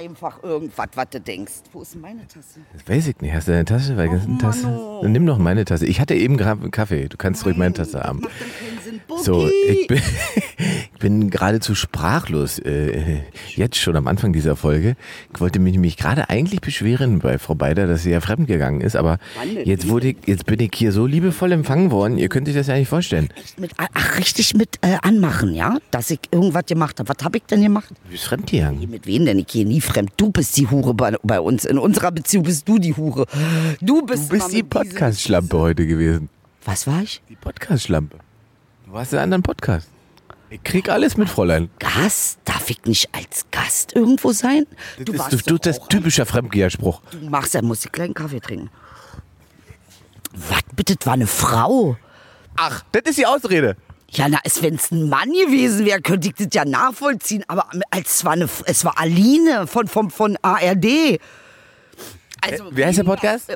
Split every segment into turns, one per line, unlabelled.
Einfach irgendwas, was du denkst. Wo ist denn meine Tasse?
Das weiß ich nicht. Hast du deine Tasche vergessen? Tasse? Dann nimm doch meine Tasse. Ich hatte eben gerade Kaffee. Du kannst ruhig meine Tasse haben.
Macht dann keinen Sinn.
So,
Boogie!
ich bin, ich bin geradezu sprachlos. Äh, jetzt schon am Anfang dieser Folge. Ich wollte mich nämlich gerade eigentlich beschweren bei Frau Beider, dass sie ja fremdgegangen ist. Aber
Wandelt
jetzt,
die?
wurde ich, jetzt bin ich hier so liebevoll empfangen worden. Ihr könnt euch das ja nicht vorstellen.
Mit, ach, richtig mit äh, anmachen, ja? Dass ich irgendwas gemacht habe. Was habe ich denn gemacht?
Du bist fremdgegangen.
Mit wem denn? Ich gehe nie fremd. Du bist die Hure bei, bei uns. In unserer Beziehung bist du die Hure. Du bist,
Du
immer
bist die
mit diesem-
Podcast-Schlampe heute gewesen.
Was war ich?
Die Podcast-Schlampe. Du warst in einem anderen Podcast. Ich krieg alles mit, Fräulein.
Gast? Darf ich nicht als Gast irgendwo sein?
Du das ist du,
doch
das
auch-
typischer Fremdgeherspruch.
Du machst ja, muss ich gleich einen Kaffee trinken. Was bitte, das war eine Frau?
Ach, das ist die Ausrede.
Ja, na, als wenn es ein Mann gewesen wäre, könnte ich das ja nachvollziehen. Aber als es war, eine, es war Aline von, von, von ARD. Also,
Wie heißt der Podcast?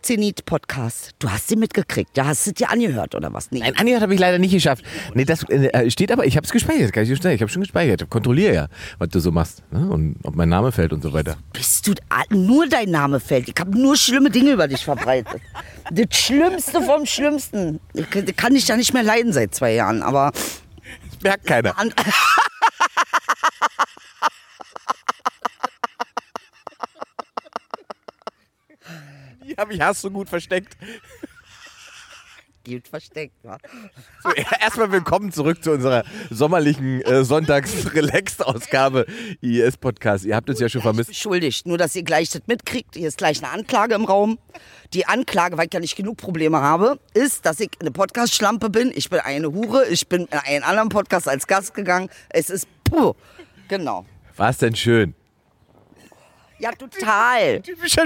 Zenit Podcast. Du hast den mitgekriegt. Ja, hast du dir angehört oder was? Nee.
Nein, Anja habe ich leider nicht geschafft. Nee, das äh, steht aber, ich habe es gespeichert, kann ich dir schnell. Ich habe schon gespeichert. Ich kontrolliere ja, was du so machst. Ne? Und ob mein Name fällt und so weiter.
Bist du ah, nur dein Name fällt? Ich habe nur schlimme Dinge über dich verbreitet. das Schlimmste vom Schlimmsten. Ich kann- kann dich ja nicht mehr leiden seit zwei Jahren, aber.
Das merkt keiner.
An-
Die habe ich hast so gut versteckt.
Gut versteckt, wa?
So, erstmal willkommen zurück zu unserer sommerlichen äh, Sonntags-Relaxed-Ausgabe IES-Podcast. Ihr habt uns ja schon vermisst.
Schuldig. Nur, dass ihr gleich das mitkriegt. Hier ist gleich eine Anklage im Raum. Die Anklage, weil ich ja nicht genug Probleme habe, ist, dass ich eine Podcast-Schlampe bin. Ich bin eine Hure. Ich bin in einen anderen Podcast als Gast gegangen. Es ist puh. Genau.
War es denn schön?
Ja, total.
Typischer,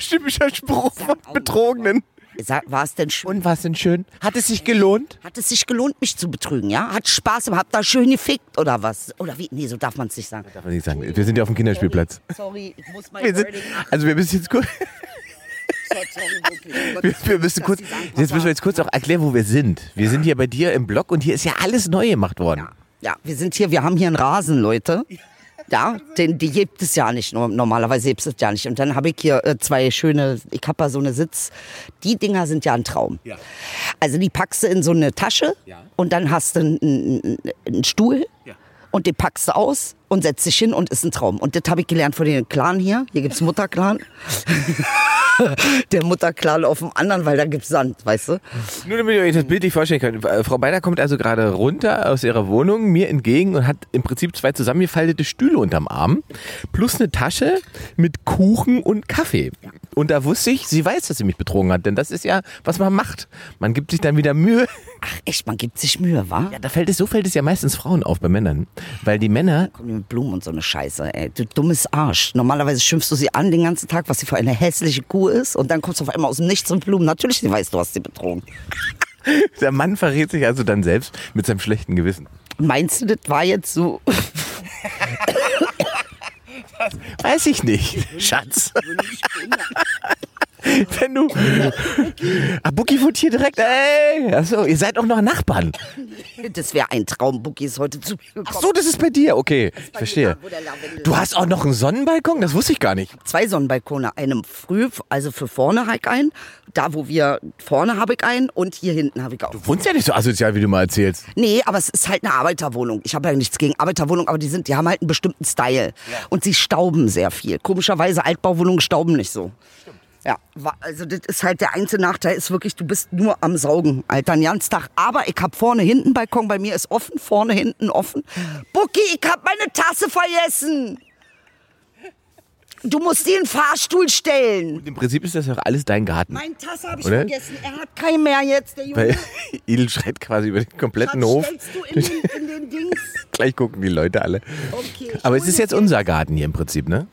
typischer Spruch von Betrogenen.
Sag, War es denn schön?
Und war es denn schön? Hat es sich gelohnt?
Hat es sich gelohnt, mich zu betrügen, ja? Hat Spaß, gemacht? habt da schön gefickt oder was? Oder wie? Nee, so darf man es nicht sagen.
Darf man nicht sagen. Wir sind ja auf dem Kinderspielplatz.
Sorry, ich muss mein
Wir sind,
Wording
also wir müssen jetzt kurz,
sorry, wirklich. Um Gottes
wir, wir
Willen,
müssen
dass
kurz,
die sagen,
jetzt müssen
Papa,
wir jetzt kurz auch erklären, wo wir sind. Wir sind hier bei dir im Blog und hier ist ja alles neu gemacht worden.
Ja, wir sind hier, wir haben hier einen Rasen, Leute. Ja, den, die gibt es ja nicht. Nur- Normalerweise gibt es das ja nicht. Und dann habe ich hier äh, zwei schöne, ich habe ja so eine Sitz. Die Dinger sind ja ein Traum. Also die packst du in so eine Tasche
Ja.
und dann hast du einen, einen, einen Stuhl
Ja.
und den packst du aus und setzt dich hin und ist ein Traum. Und das habe ich gelernt von den Clan hier. Hier gibt es Mutterclan. Der Mutterclan auf dem anderen, weil da gibt es Sand, weißt du?
Nur damit ihr euch das Bild nicht vorstellen könnt. Äh, Frau Beider kommt also gerade runter aus ihrer Wohnung mir entgegen und hat im Prinzip zwei zusammengefaltete Stühle unterm Arm plus eine Tasche mit Kuchen und Kaffee. Und da wusste ich, sie weiß, dass sie mich betrogen hat, denn das ist ja, was man macht. Man gibt sich dann wieder Mühe.
Ach echt, man gibt sich Mühe, wa?
Ja, da fällt es, so fällt es ja meistens Frauen auf bei Männern, weil die Männer
Kommen die mit Blumen und so eine Scheiße, ey. Du dummes Arsch. Normalerweise schimpfst du sie an den ganzen Tag, was sie für eine hässliche Kuh ist. Und dann kommst du auf einmal aus dem Nichts und Blumen. Natürlich, sie weiß, du hast sie betrogen.
Der Mann verrät sich also dann selbst mit seinem schlechten Gewissen.
Meinst du, das war jetzt so
Weiß ich nicht, Schatz. Wenn du. Ah, Buki wohnt hier direkt. Ey! Achso, ihr seid auch noch Nachbarn.
Das wäre ein Traum, Bookie ist heute zu mir gekommen.
Ach so, das ist bei dir. Okay, ich verstehe.
da, wo der Lavendel
Du hast auch noch einen Sonnenbalkon? Das wusste ich gar nicht.
Zwei Sonnenbalkone. Einen früh, also für vorne habe ich einen. Da, wo wir, vorne habe ich einen und hier hinten habe ich auch.
Du wohnst ja nicht so asozial, wie du mal erzählst.
Nee, aber es ist halt eine Arbeiterwohnung. Ich habe ja nichts gegen Arbeiterwohnung, aber die sind, die haben halt einen bestimmten Style. Und sie stauben sehr viel. Komischerweise Altbauwohnungen stauben nicht so. Ja, wa- also das ist halt der einzige Nachteil ist wirklich, du bist nur am Saugen, Alter, den ganzen Tag. Aber ich hab vorne hinten Balkon, bei mir ist offen, vorne hinten offen. Bucky, ich hab meine Tasse vergessen. Du musst dir einen Fahrstuhl stellen.
Im Prinzip ist das doch alles dein Garten.
Meine Tasse habe ich
Oder?
vergessen. Er hat keinen mehr jetzt, der Junge.
Weil Edel schreit quasi über den kompletten
Was
Hof.
stellst du in den, in den Dings?
Gleich gucken die Leute alle.
Okay, ich
Aber es
hol
ist
das
jetzt unser Garten hier im Prinzip, ne?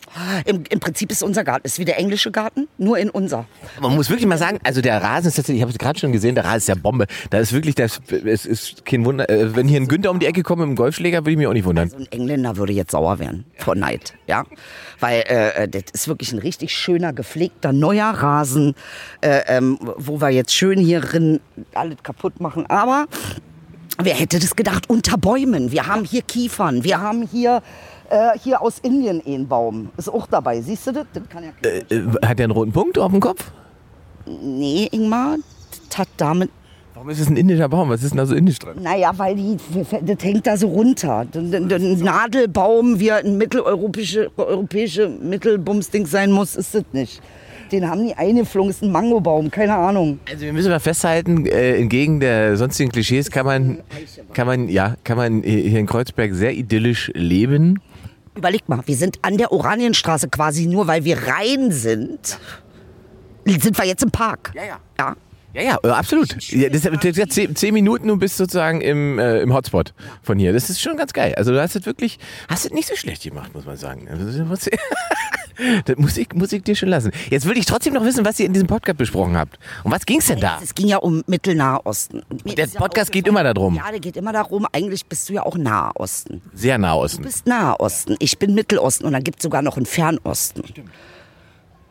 Im, Im Prinzip ist unser Garten, ist wie der englische Garten, nur in unser.
Man muss wirklich mal sagen, also der Rasen ist tatsächlich, ich habe es gerade schon gesehen, der Rasen ist ja Bombe. Da ist wirklich, das, es ist kein Wunder, äh, wenn hier ein Günther um die Ecke kommt mit einem Golfschläger, würde ich mich auch nicht wundern.
So ein Engländer würde jetzt sauer werden vor Neid, ja, weil äh, äh, das ist wirklich ein richtig schöner gepflegter neuer Rasen, äh, ähm, wo wir jetzt schön hier drin alles kaputt machen. Aber wer hätte das gedacht? Unter Bäumen. Wir haben hier Kiefern, wir haben hier Äh, hier aus Indien ein Baum. Ist auch dabei. Siehst du das? Das kann ja.
Äh, äh, hat der einen roten Punkt auf dem Kopf?
Nee, Ingmar, das hat damit.
Warum ist es ein indischer Baum? Was ist denn da so indisch dran?
Naja, weil die, das hängt da so runter. Ein Nadelbaum, wie er ein mitteleuropäische europäische Mittelbumsding sein muss, ist das nicht. Den haben die eingeflogen, ist ein Mangobaum, keine Ahnung.
Also wir müssen mal festhalten, äh, entgegen der sonstigen Klischees kann man, kann man, ja, kann man hier in Kreuzberg sehr idyllisch leben.
Überleg mal, wir sind an der Oranienstraße quasi nur, weil wir rein sind. Sind wir jetzt im Park?
Ja, ja.
ja.
Ja, ja, äh, absolut. Ja, das, das, das, zehn, zehn Minuten und bist sozusagen im, äh, im Hotspot von hier. Das ist schon ganz geil. Also du hast es wirklich, hast es nicht so schlecht gemacht, muss man sagen. Also, das muss- Das muss ich, muss ich dir schon lassen. Jetzt würde ich trotzdem noch wissen, was ihr in diesem Podcast besprochen habt. Um was ging's denn da?
Es ging ja um Mittelnahosten. Und mir
Der
ist ja
Podcast geht
aufgefallen-
immer darum.
Ja, der geht immer darum. Eigentlich bist du ja auch Nahosten.
Sehr nah außen.
Du bist Nahosten, ich bin Mittelosten und dann gibt es sogar noch einen Fernosten.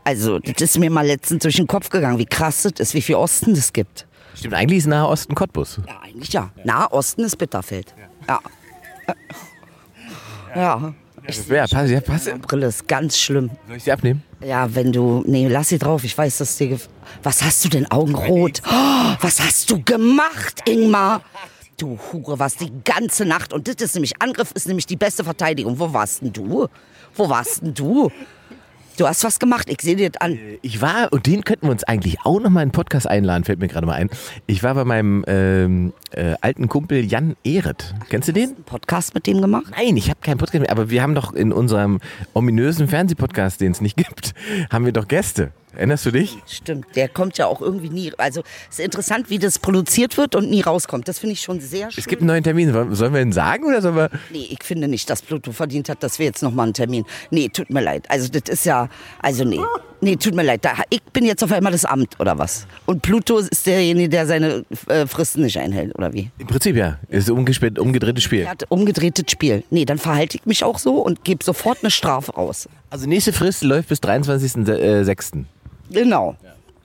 Also, das ist mir mal letztens durch den Kopf gegangen, wie krass das ist, wie viel Osten es gibt.
Stimmt, eigentlich ist Nahe Osten Cottbus.
Ja, eigentlich ja. Nahosten ist Bitterfeld. Ja. Ja. ja.
Ja, pass, ja, pass. Soll
Die Brille ist ganz schlimm.
ich sie abnehmen?
Ja, wenn du. Nee, lass sie drauf. Ich weiß, dass dir. gef- Was hast du denn augenrot? Oh, was hast du gemacht, Ingmar? Du Hure warst die ganze Nacht. Und das ist nämlich Angriff, ist nämlich die beste Verteidigung. Wo warst denn du? Wo warst denn du? Du hast was gemacht. Ich sehe dir das an.
Ich war, und den könnten wir uns eigentlich auch nochmal in einen Podcast einladen, fällt mir gerade mal ein. Ich war bei meinem ähm, äh, alten Kumpel Jan Ehret. Kennst du den?
Podcast mit dem gemacht?
Nein, ich habe keinen Podcast mehr, aber wir haben doch in unserem ominösen Fernsehpodcast, den es nicht gibt, haben wir doch Gäste. Erinnerst du dich?
Stimmt. Der kommt ja auch irgendwie nie. Also, es ist interessant, wie das produziert wird und nie rauskommt. Das finde ich schon sehr schön.
Es gibt einen neuen Termin. Sollen sollen wir ihn sagen oder sollen wir.
Nee, ich finde nicht, dass Pluto verdient hat, dass wir jetzt nochmal einen Termin. Nee, tut mir leid. Also, das ist ja. Also, nee. Nee, tut mir leid. Da, ich bin jetzt auf einmal das Amt, oder was? Und Pluto ist derjenige, der seine äh, Fristen nicht einhält, oder wie?
Im Prinzip ja. Ist ein umgespielt- umgedrehtes Spiel.
Er hat umgedrehtes Spiel. Nee, dann verhalte ich mich auch so und gebe sofort eine Strafe raus.
Also nächste Frist läuft bis 23.06.
Genau.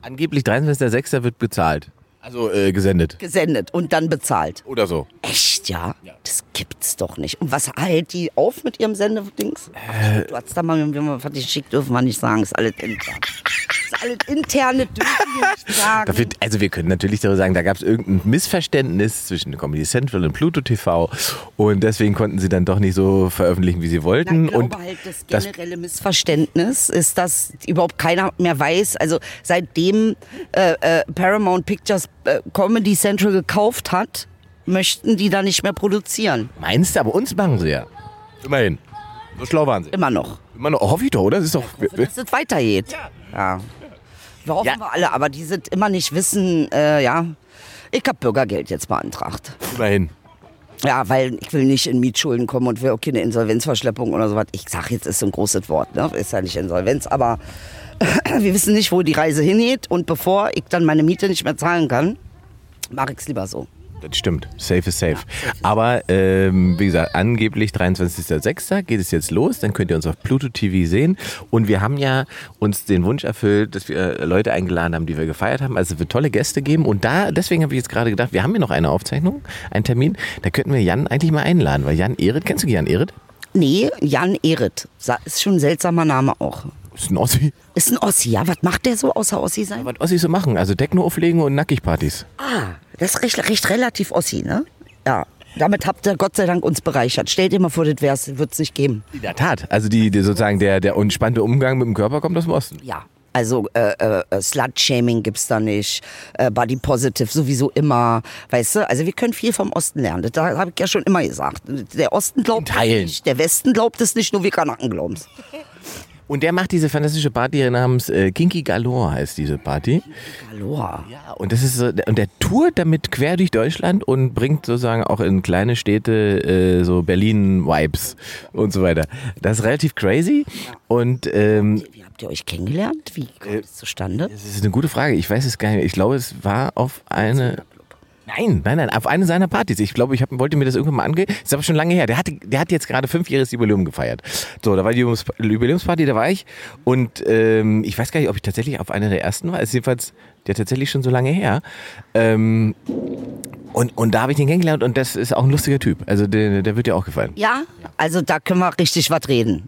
Angeblich 23.06. wird bezahlt. Also äh, gesendet.
Gesendet und dann bezahlt.
Oder so.
Echt, ja? Das gibt's doch nicht. Und was hält die auf mit ihrem Sendedings? Äh. Du hast da mal, wenn man was geschickt, dürfen wir nicht sagen. Ist alles intern. Ist alles interne, dürfen wir nicht sagen.
Da wird, also wir können natürlich darüber sagen, da gab es irgendein Missverständnis zwischen Comedy Central und Pluto TV und deswegen konnten sie dann doch nicht so veröffentlichen, wie sie wollten.
Ich glaube
und
halt, das generelle Missverständnis ist, dass überhaupt keiner mehr weiß. Also seitdem äh, äh, Paramount Pictures äh, Comedy Central gekauft hat, möchten die da nicht mehr produzieren.
Meinst du, aber uns machen sie ja. Immerhin. So schlau waren sie.
Immer noch.
Immer noch, hoffe ich doch, oder? Das ist doch.
Dass das weitergeht. Ja. Wir hoffen
Ja.
wir alle, aber die sind immer nicht wissen, äh, ja. Ich habe Bürgergeld jetzt beantragt.
Immerhin.
Ja, weil ich will nicht in Mietschulden kommen und will auch keine Insolvenzverschleppung oder sowas. Ich sag jetzt ist so ein großes Wort, ne? Ist ja nicht Insolvenz, aber wir wissen nicht, wo die Reise hingeht und bevor ich dann meine Miete nicht mehr zahlen kann, mache ich es lieber so.
Das stimmt. Safe is safe. Aber ähm, wie gesagt, angeblich 23.06. geht es jetzt los. Dann könnt ihr uns auf Pluto TV sehen. Und wir haben ja uns den Wunsch erfüllt, dass wir äh, Leute eingeladen haben, die wir gefeiert haben. Also es wird tolle Gäste geben. Und da, deswegen habe ich jetzt gerade gedacht, wir haben hier noch eine Aufzeichnung, einen Termin. Da könnten wir Jan eigentlich mal einladen, weil Jan Ehret, kennst du Jan Ehret?
Nee, Jan Ehret. Sa- Ist schon ein seltsamer Name auch.
Ist ein Ossi.
Ist ein Ossi, ja? Was macht der so außer Ossi sein?
Was Ossis so machen. Also Techno auflegen und Nackigpartys.
Ah, das ist recht, recht relativ Ossi, ne? Ja. Damit habt ihr Gott sei Dank uns bereichert. Stellt ihr mal vor, das wird es nicht geben.
In der Tat. Also die, die sozusagen der, der entspannte Umgang mit dem Körper kommt aus dem Osten.
Ja. Also äh, äh, äh, Slut-Shaming gibt's da nicht, äh, Body Positive sowieso immer, weißt du? Also wir können viel vom Osten lernen, das habe ich ja schon immer gesagt. Der Osten glaubt
In Teilen.
es nicht, der Westen glaubt es nicht, nur wir Kanaken glauben es.
Und der macht diese fantastische Party namens äh, Kinky Galore heißt diese Party.
Hallo.
Ja, und das ist so, und der tourt damit quer durch Deutschland und bringt sozusagen auch in kleine Städte äh, so Berlin-Vibes und so weiter. Das ist relativ crazy und ähm,
Wie habt ihr euch kennengelernt? Wie
Äh,
kommt es zustande?
das ist eine gute Frage. Ich weiß es gar nicht. Ich glaube, es war auf eine. Nein, nein, nein, auf eine seiner Partys. Ich glaube, ich hab, wollte mir das irgendwann mal angehen. Ist aber schon lange her. Der hat, der hat jetzt gerade fünfjähriges Jubiläum gefeiert. So, da war die Jubiläums- Jubiläumsparty, da war ich. Und ähm, ich weiß gar nicht, ob ich tatsächlich auf einer der ersten war. Ist jedenfalls der tatsächlich schon so lange her. Ähm, Und, und da habe ich den kennengelernt und das ist auch ein lustiger Typ. Also der, der wird dir auch gefallen.
Ja? Also da können wir richtig was reden.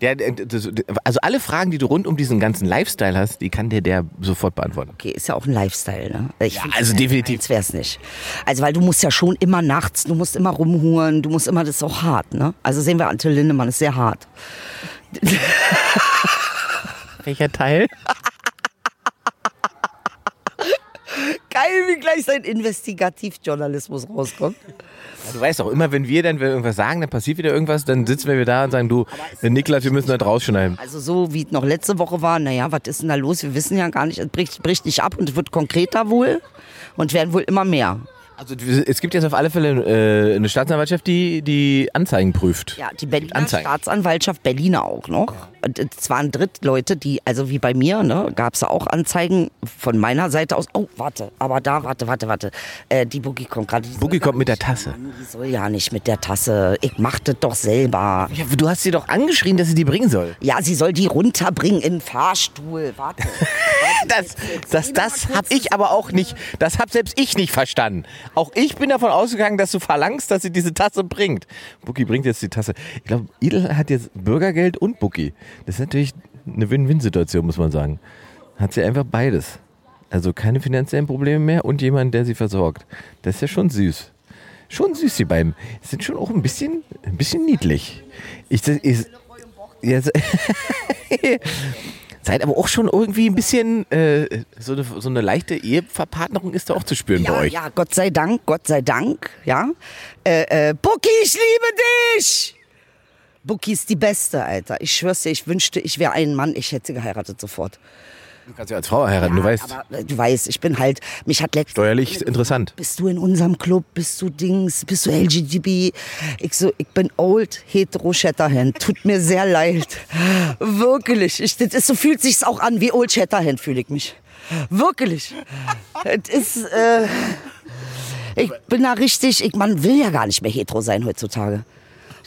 Der, der- das- also alle Fragen, die du rund um diesen ganzen Lifestyle hast, die kann dir der sofort beantworten.
Okay, ist ja auch ein Lifestyle, ne? Ich
Ja,
find,
also definitiv.
Eins wär's nicht. Also weil du musst ja schon immer nachts, du musst immer rumhuren, du musst immer, das ist auch hart, ne? Also sehen wir, Antje Lindemann ist sehr hart.
Welcher Teil?
Geil, wie gleich sein Investigativjournalismus rauskommt.
Du weißt auch, immer wenn wir dann wenn wir irgendwas sagen, dann passiert wieder irgendwas, dann sitzen wir wieder da und sagen, du, Niklas, wir müssen da rausschneiden.
Also so wie es noch letzte Woche war, naja, was ist denn da los? Wir wissen ja gar nicht, es bricht, bricht nicht ab und es wird konkreter wohl und werden wohl immer mehr.
Also es gibt jetzt auf alle Fälle äh, eine Staatsanwaltschaft, die die Anzeigen prüft.
Ja, die Berliner
Anzeigen.
Staatsanwaltschaft Berliner auch noch. Und es waren Drittleute, die, also wie bei mir, ne, gab es ja auch Anzeigen von meiner Seite aus. Oh, warte, aber da, warte, warte, warte. Äh, die Boogie kommt gerade. Die soll
Boogie
ja
kommt mit der
nicht-
Tasse.
Mann, Die soll ja nicht mit der Tasse. Ich mach das doch selber.
Ja, du hast sie doch angeschrien, dass sie die bringen soll.
Ja, sie soll die runterbringen in den Fahrstuhl. Warte.
Das, das, das habe ich aber auch nicht, das habe selbst ich nicht verstanden. Auch ich bin davon ausgegangen, dass du verlangst, dass sie diese Tasse bringt. Bucky bringt jetzt die Tasse. Ich glaube, Idel hat jetzt Bürgergeld und Bucky. Das ist natürlich eine Win-Win-Situation, muss man sagen. Hat sie einfach beides. Also keine finanziellen Probleme mehr und jemand, der sie versorgt. Das ist ja schon süß. Schon süß, die beiden. Sind schon auch ein bisschen, ein bisschen niedlich. Ich, ich, ja, so- Seid aber auch schon irgendwie ein bisschen, äh, so, eine, so eine leichte Eheverpartnerung ist da auch zu spüren bei
Ja,
euch.
ja, Gott sei Dank, Gott sei Dank, ja. Äh, äh, Bucky, ich liebe dich! Bucky ist die Beste, Alter. Ich schwör's dir, ich wünschte, ich wäre ein Mann, ich hätte sie geheiratet sofort.
Du kannst ja als Frau heiraten, du weißt.
Aber äh, du weißt, ich bin halt, mich hat letztens...
Steuerlich interessant.
Bist du in unserem Club? Bist du Dings? Bist du LGDB? Ich so, ich bin old hetero Shatterhand. Tut mir sehr leid. Wirklich. Ich, das ist, so fühlt sich's auch an. Wie old Shatterhand fühle ich mich. Wirklich. Es ist, äh, ich bin da richtig, ich, man will ja gar nicht mehr hetero sein heutzutage.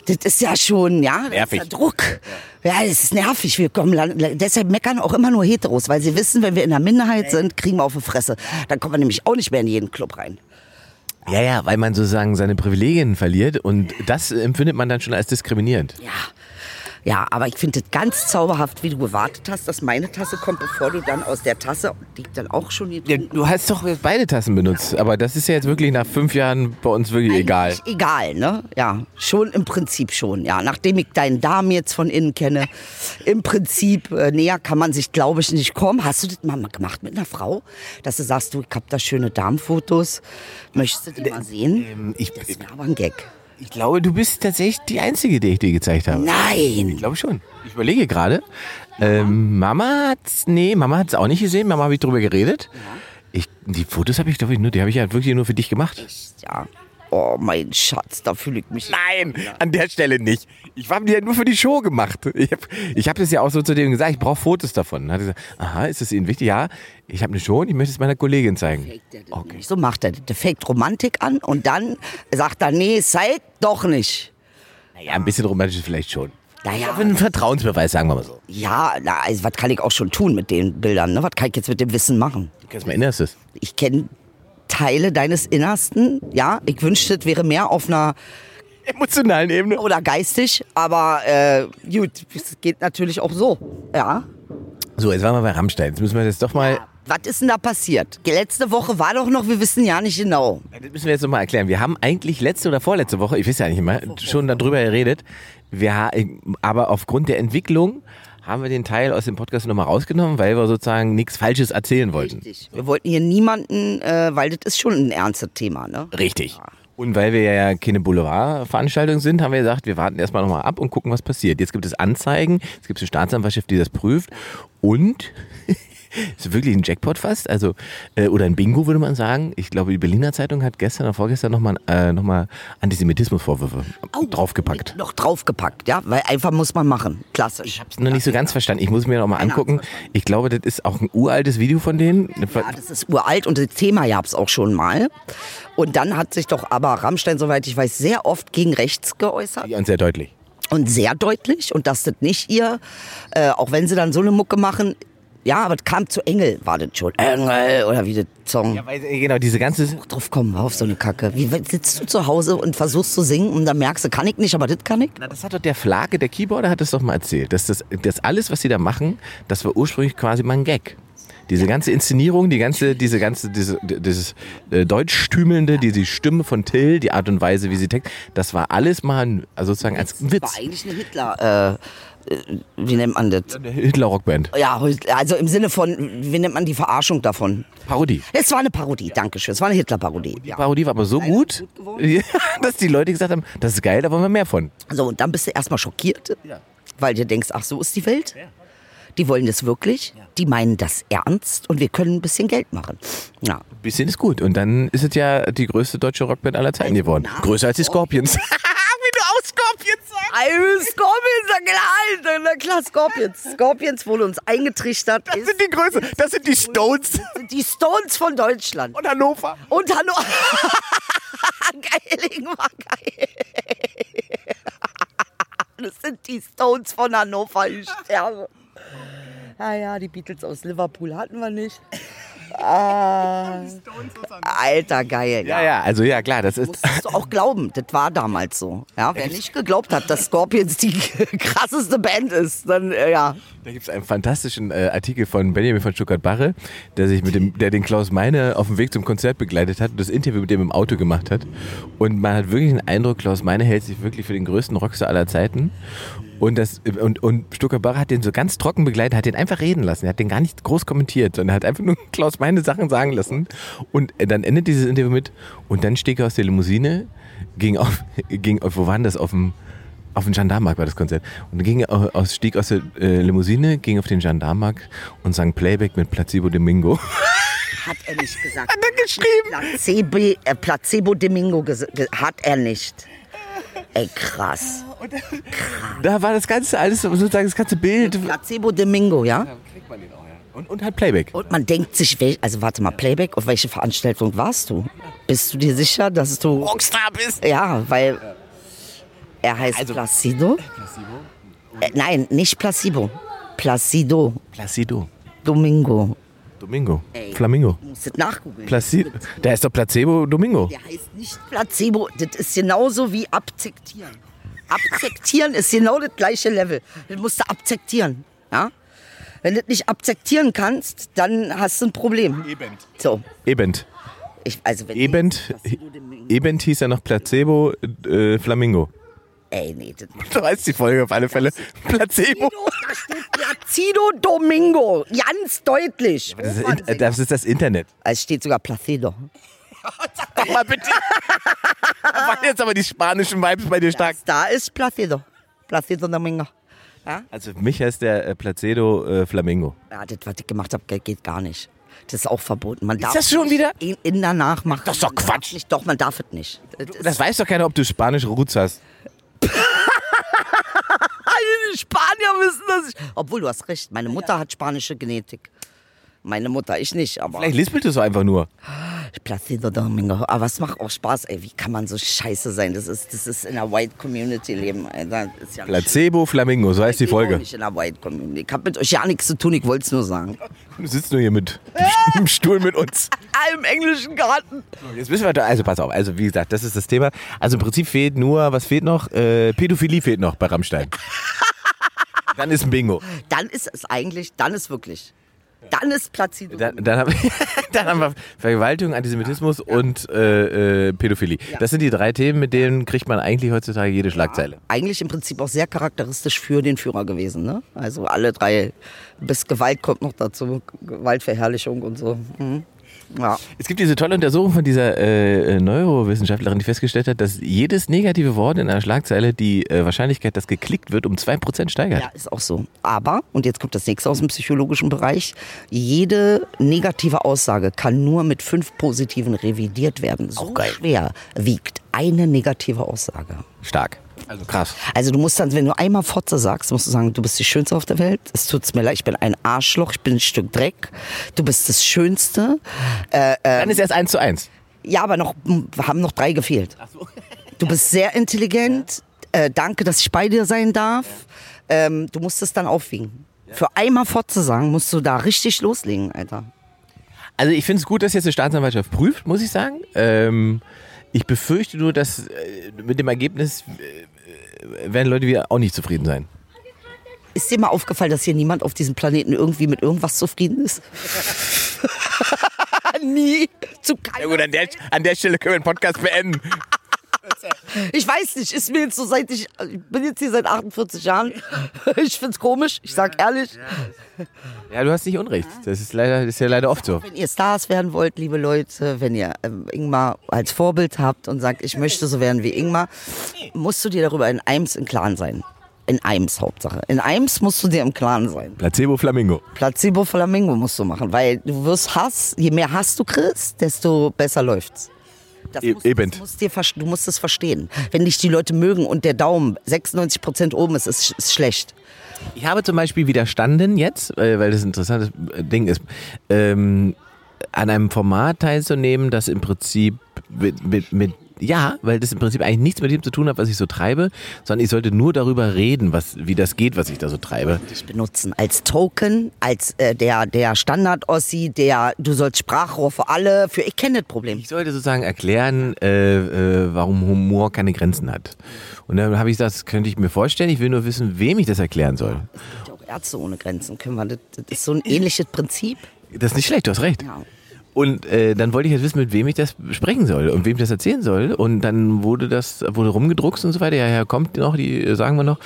Das ist ja schon, ja, das
Nervig.
Ist der Druck. Ja, das ist nervig. Wir kommen, lang- lang- deshalb meckern auch immer nur Heteros, weil sie wissen, wenn wir in der Minderheit sind, kriegen wir auf die Fresse. Dann kommen wir nämlich auch nicht mehr in jeden Club rein.
Ja, ja, weil man sozusagen seine Privilegien verliert und das empfindet man dann schon als diskriminierend.
Ja. Ja, aber ich finde es ganz zauberhaft, wie du gewartet hast, dass meine Tasse kommt, bevor du dann aus der Tasse, die ich dann auch schon
Ja,
getrunken
du hast doch jetzt beide Tassen benutzt, aber das ist ja jetzt wirklich nach fünf Jahren bei uns wirklich egal.
Eigentlich Egal, ne? Ja, schon im Prinzip schon. Ja, nachdem ich deinen Darm jetzt von innen kenne, im Prinzip äh, näher kann man sich, glaube ich, nicht kommen. Hast du das mal gemacht mit einer Frau, dass du sagst, du, ich hab da schöne Darmfotos, möchtest du die mal sehen?
Ähm, Ich,
Das war aber ein Gag.
ich glaube, du bist tatsächlich die Einzige, die ich dir gezeigt habe. Ich
Nein.
glaube schon. Ich überlege gerade. Ähm, Mama hat's, nee, Mama hat's auch nicht gesehen. Mama habe ich drüber geredet. Ich, die Fotos habe ich, glaube ich, nur, die habe ich ja wirklich nur für dich gemacht.
Ja. Oh, mein Schatz, da fühle ich mich.
Nein, an der Stelle nicht. Ich habe die ja nur für die Show gemacht. Ich habe ich hab das ja auch so zu dem gesagt, ich brauche Fotos davon. Dann hat er gesagt, aha, ist das Ihnen wichtig? Ja, ich habe eine Show und ich möchte es meiner Kollegin zeigen.
Faked er das nämlich. So macht er das. Der faked Romantik an und dann sagt er, nee, seid doch nicht.
Naja, ein bisschen romantisch vielleicht schon.
Naja.
Aber ein Vertrauensbeweis, sagen wir mal so.
Ja, na, also was kann ich auch schon tun mit den Bildern? Ne? Was kann ich jetzt mit dem Wissen machen?
Du kennst mein Innerstes.
Ich kenne Teile deines Innersten. Ja, ich wünschte, es wäre mehr auf einer
Emotionalen Ebene.
oder geistig, aber äh, gut, es geht natürlich auch so. Ja.
So, jetzt waren wir bei Rammstein. Jetzt müssen wir das doch mal...
Was ist denn da passiert? Letzte Woche war doch noch, wir wissen ja nicht genau.
Das müssen wir jetzt nochmal erklären. Wir haben eigentlich letzte oder vorletzte Woche, ich weiß ja nicht mehr, schon darüber geredet. Wir, ha- aber aufgrund der Entwicklung haben wir den Teil aus dem Podcast nochmal rausgenommen, weil wir sozusagen nichts Falsches erzählen wollten.
Wir wollten hier niemanden, äh, weil das ist schon ein ernstes Thema, ne?
Richtig. Und weil wir ja keine Boulevardveranstaltung sind, haben wir gesagt, wir warten erstmal nochmal ab und gucken, was passiert. Jetzt gibt es Anzeigen, es gibt eine Staatsanwaltschaft, die das prüft. Und ist wirklich ein Jackpot fast, also äh, oder ein Bingo würde man sagen. Ich glaube, die Berliner Zeitung hat gestern oder vorgestern nochmal äh, noch mal Antisemitismusvorwürfe draufgepackt.
Noch draufgepackt, ja, weil einfach muss man machen. Klassisch.
Hab's noch nicht so ganz verstanden. Ich muss mir nochmal
Keine
angucken. Ich glaube, das ist auch ein uraltes Video von denen.
Ja, das ist uralt und das Thema gab's auch schon mal. Und dann hat sich doch aber Rammstein, soweit ich weiß, sehr oft gegen rechts geäußert
Und sehr deutlich.
und sehr deutlich und dass das nicht ihr, äh, auch wenn sie dann so eine Mucke machen, Ja, aber es kam zu Engel, war das schon. Engel oder wie der Song.
Ja, weil, äh, genau, diese ganze.
drauf kommen, hör auf so eine Kacke. Wie wenn- sitzt du zu Hause und versuchst zu singen und dann merkst du, kann ich nicht, aber das kann ich?
Na, das hat doch der Flake, der Keyboarder, hat das doch mal erzählt. Dass das, das alles, was sie da machen, das war ursprünglich quasi mal ein Gag. Diese ganze Inszenierung, die ganze, diese ganze, diese, dieses äh, deutschtümelnde, diese Stimme von Till, die Art und Weise, wie sie text, das war alles mal ein, also sozusagen als ein
War
Witz.
eigentlich eine Hitler, äh, äh, wie nennt man das?
Eine Hitler-Rockband.
Ja, also im Sinne von, wie nennt man die Verarschung davon?
Parodie.
Es war eine Parodie, danke schön. Es war eine Hitler-Parodie.
Die
Ja.
Parodie war aber so gut, dass die Leute gesagt haben, das ist geil, da wollen wir mehr von.
So, und dann bist du erstmal schockiert,
Ja.
weil du denkst, ach, so ist die Welt. Die wollen das wirklich, die meinen das ernst und wir können ein bisschen Geld machen. Ja.
Bisschen ist gut. Und dann ist es ja die größte deutsche Rockband aller Zeiten geworden.
nach-
Größer als die Scorpions. Wie du auch Scorpions sagst.
Scorpions, na klar, na ne? klar, Scorpions. Scorpions wurde uns eingetrichtert.
Das sind die Größe. Das sind die Stones
Die Stones von Deutschland.
und Hannover.
Und hallo. Geiling war geil. Das sind die Stones von Hannover, ich sterbe. Ja, ja, die Beatles aus Liverpool hatten wir nicht. Ah, alter, geil.
Ja, ja, also ja, klar, das ist.
Musstest du auch glauben, das war damals so. Ja, wer nicht geglaubt hat, dass Scorpions die krasseste Band ist, dann äh, ja.
Da gibt es einen fantastischen äh, Artikel von Benjamin von Stuttgart-Barre, der sich mit dem, der den Klaus Meine auf dem Weg zum Konzert begleitet hat und das Interview mit dem im Auto gemacht hat. Und man hat wirklich den Eindruck, Klaus Meine hält sich wirklich für den größten Rockstar aller Zeiten. Und, das, und, und Stuttgart-Barre hat den so ganz trocken begleitet, hat den einfach reden lassen. Er hat den gar nicht groß kommentiert, sondern hat einfach nur Klaus Meine Sachen sagen lassen. Und äh, dann endet dieses Interview mit, und dann stieg er aus der Limousine, ging auf, ging auf, wo waren das, auf dem, auf den Gendarmenmarkt war das Konzert. Und ging au- aus, stieg aus der äh, Limousine, ging auf den Gendarmenmarkt und sang Playback mit Placebo Domingo.
Hat er nicht gesagt.
Hat er geschrieben?
Placebo, äh, Placebo Domingo ges- ge- hat er nicht. Ey, krass.
Da war das ganze, alles sozusagen das ganze Bild.
Placebo Domingo, ja?
Und, und hat Playback.
Und man denkt sich, wel- also warte mal, Playback, auf welche Veranstaltung warst du? Bist du dir sicher, dass du...
Rockstar bist. Also,
Ja, weil er heißt Placido. Äh, nein, nicht Placido. Placido
Placido.
Domingo.
Domingo. Flamingo.
Musst du das nachgoogeln.
Placido. Da ist doch Placebo Domingo.
Der heißt nicht Placebo. Das ist genauso wie abzektieren. Abzektieren ist genau das gleiche Level. Das musst du abzektieren. Ja? Wenn du das nicht abzektieren kannst, dann hast du ein Problem. Eben. So,
Ebend.
ich, also wenn
Ebend.
Placebo Domingo.
Ebend hieß ja noch Placebo äh, Flamingo.
Ey, nee, das Oh,
So heißt die Folge auf alle Fälle. Placebo.
Da steht Placido Domingo. Ganz deutlich.
Das ist, in- das ist das Internet.
Es steht sogar Placido.
Sag mal bitte. Da waren jetzt aber die spanischen Vibes bei dir stark.
Da ist Placido. Placido Domingo.
Also für mich heißt der äh, Placedo äh, Flamingo.
Ja, das, was ich gemacht habe, ge- geht gar nicht. Das ist auch verboten. Man darf
das schon
nicht
wieder?
In, in danach machen.
Das ist doch
Man darf
Quatsch.
Nicht, doch, man darf es nicht. Das ist
Das weiß doch keiner, ob du spanische Roots hast.
alle die Spanier wissen das nicht. Obwohl, du hast recht. Meine Mutter hat spanische Genetik. Meine Mutter, ich nicht, aber
Vielleicht lispelt du so einfach nur.
Placido Domingo. Aber es macht auch Spaß, ey. Wie kann man so scheiße sein? Das ist, das ist in der White Community leben, Alter. Das ist ja nicht
Placebo Flamingo, so heißt die
Ich lebe auch
Folge.
nicht in der White Community. Ich hab mit euch ja nichts zu tun, ich wollte es nur sagen.
Du sitzt nur hier mit im Stuhl mit uns.
Ah, Im englischen Garten.
Jetzt wissen wir, doch- also pass auf, also wie gesagt, das ist das Thema. Also im Prinzip fehlt nur, was fehlt noch? Äh, Pädophilie fehlt noch bei Rammstein. Dann ist ein Bingo.
Dann ist es eigentlich, dann ist wirklich. Dann ist Placido.
Dann, dann, haben, dann haben wir Vergewaltigung, Antisemitismus und äh, äh, Pädophilie. Das sind die drei Themen, mit denen kriegt man eigentlich heutzutage jede Schlagzeile.
eigentlich im Prinzip auch sehr charakteristisch für den Führer gewesen. Ne? Also alle drei, bis Gewalt kommt noch dazu, Gewaltverherrlichung und so. Mhm. Ja.
Es gibt diese tolle Untersuchung von dieser äh, Neurowissenschaftlerin, die festgestellt hat, dass jedes negative Wort in einer Schlagzeile die äh, Wahrscheinlichkeit, dass geklickt wird, um 2% steigert.
ja, ist auch so. Aber, und jetzt kommt das nächste aus dem psychologischen Bereich, jede negative Aussage kann nur mit fünf positiven revidiert werden. So schwer wiegt eine negative Aussage.
Stark. Also krass.
Also du musst dann, wenn du einmal Fotze sagst, musst du sagen, du bist die Schönste auf der Welt. Es tut's mir leid, ich bin ein Arschloch, ich bin ein Stück Dreck. Du bist das Schönste.
Ähm, Dann ist erst 1 zu 1.
Ja, aber noch m, haben noch drei gefehlt. Du bist sehr intelligent. Äh, danke, dass ich bei dir sein darf. Ähm, du musst es dann aufwiegen. Für einmal Fotze sagen, musst du da richtig loslegen, Alter.
Also ich finde es gut, dass jetzt die Staatsanwaltschaft prüft, muss ich sagen. Ähm, ich befürchte nur, dass äh, mit dem Ergebnis äh, werden Leute wieder auch nicht zufrieden sein.
Ist dir mal aufgefallen, dass hier niemand auf diesem Planeten irgendwie mit irgendwas zufrieden ist? Nie. Zu keiner.
Na gut, an der, an der Stelle können wir den Podcast beenden.
Ich weiß nicht, ist mir jetzt so seit ich, ich bin jetzt hier seit 48 Jahren. Ich find's komisch, ich sag ehrlich.
Ja, du hast nicht Unrecht. Das ist, leider, das ist ja leider oft so.
Wenn ihr Stars werden wollt, liebe Leute, wenn ihr ähm, Ingmar als Vorbild habt und sagt, ich möchte so werden wie Ingmar, musst du dir darüber in Eims im Klaren sein. In Eims Hauptsache. In Eims musst du dir im Klaren sein.
Placebo Flamingo.
Placebo Flamingo musst du machen, weil du wirst Hass, je mehr Hass du kriegst, desto besser läuft's. Das
E-
musst,
eben.
Das musst dir, ver- du musst es verstehen. Wenn dich die Leute mögen und der Daumen 96 Prozent oben ist, ist, ist schlecht.
Ich habe zum Beispiel widerstanden jetzt, äh, weil das ein interessantes äh, Ding ist, ähm, an einem Format teilzunehmen, das im Prinzip mit, mit, mit ja, weil das im Prinzip eigentlich nichts mit dem zu tun hat, was ich so treibe, sondern ich sollte nur darüber reden, was, wie das geht, was ich da so treibe.
dich benutzen als Token, als äh, der, der Standard-Ossi, der du sollst Sprachrohr für alle, für ich kenne das Problem.
Ich sollte sozusagen erklären, äh, äh, warum Humor keine Grenzen hat. Und dann habe ich gesagt, das könnte ich mir vorstellen, ich will nur wissen, wem ich das erklären soll.
Gibt ja Auch Ärzte ohne Grenzen können wir, das, das ist so ein ähnliches Prinzip.
Das ist nicht schlecht, du hast recht.
Ja.
Und äh, dann wollte ich jetzt wissen, mit wem ich das sprechen soll und wem ich das erzählen soll. Und dann wurde das, wurde rumgedruckst und so weiter. Ja, ja, kommt noch, die äh, sagen wir noch.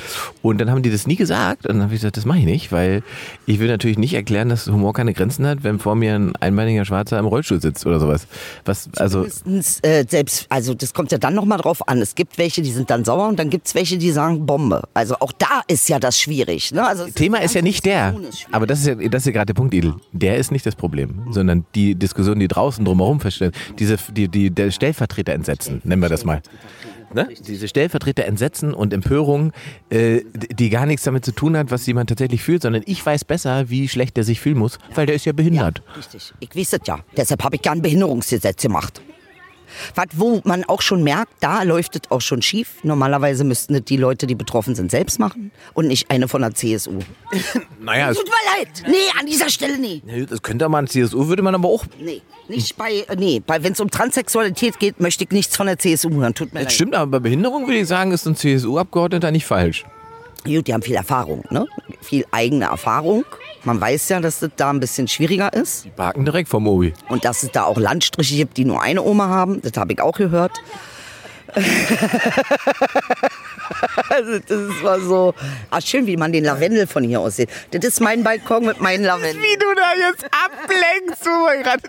Und dann haben die das nie gesagt. Und dann habe ich gesagt, das mache ich nicht, weil ich will natürlich nicht erklären, dass Humor keine Grenzen hat, wenn vor mir ein einbeiniger Schwarzer im Rollstuhl sitzt oder sowas. Was, also,
Mindestens, Äh, selbst, also das kommt ja dann nochmal drauf an. Es gibt welche, die sind dann sauer und dann gibt es welche, die sagen Bombe. Also auch da ist ja das schwierig. Ne? Also es
Thema ist ja nicht der.
Diskussion ist schwierig.
Aber das ist ja, das ist ja gerade der Punkt, Idel. Der ist nicht das Problem, sondern die Diskussion, die draußen drumherum verstehen, diese, die, die, der Stellvertreter entsetzen, nennen wir das mal. Ne? Diese Stellvertreter entsetzen und Empörung, äh, die gar nichts damit zu tun hat, was jemand tatsächlich fühlt, sondern ich weiß besser, wie schlecht der sich fühlen muss, weil der ist ja behindert.
Richtig. Ich weiß es ja. Deshalb habe ich gern Behinderungsgesetz gemacht. Was, wo man auch schon merkt, da läuft es auch schon schief. Normalerweise müssten es die Leute, die betroffen sind, selbst machen und nicht eine von der CSU.
Naja, es,
Tut mir leid. Nee, an dieser Stelle nee.
das könnte man, CSU würde man aber auch.
Nee, nicht bei, äh, nee, bei wenn es um Transsexualität geht, möchte ich nichts von der CSU hören. Tut mir
Das
leid.
stimmt, aber bei Behinderung würde ich sagen, ist ein CSU-Abgeordneter nicht falsch.
Gut, die haben viel Erfahrung, ne? Viel eigene Erfahrung. Man weiß ja, dass das da ein bisschen schwieriger ist.
Die parken direkt vom Obi.
Und dass es da auch Landstriche gibt, die nur eine Oma haben. Das habe ich auch gehört. Also das war so. Ach, schön, wie man den Lavendel von hier aus sieht. Das ist mein Balkon mit meinen Lavendel.
Wie du da jetzt ablenkst, wo wir gerade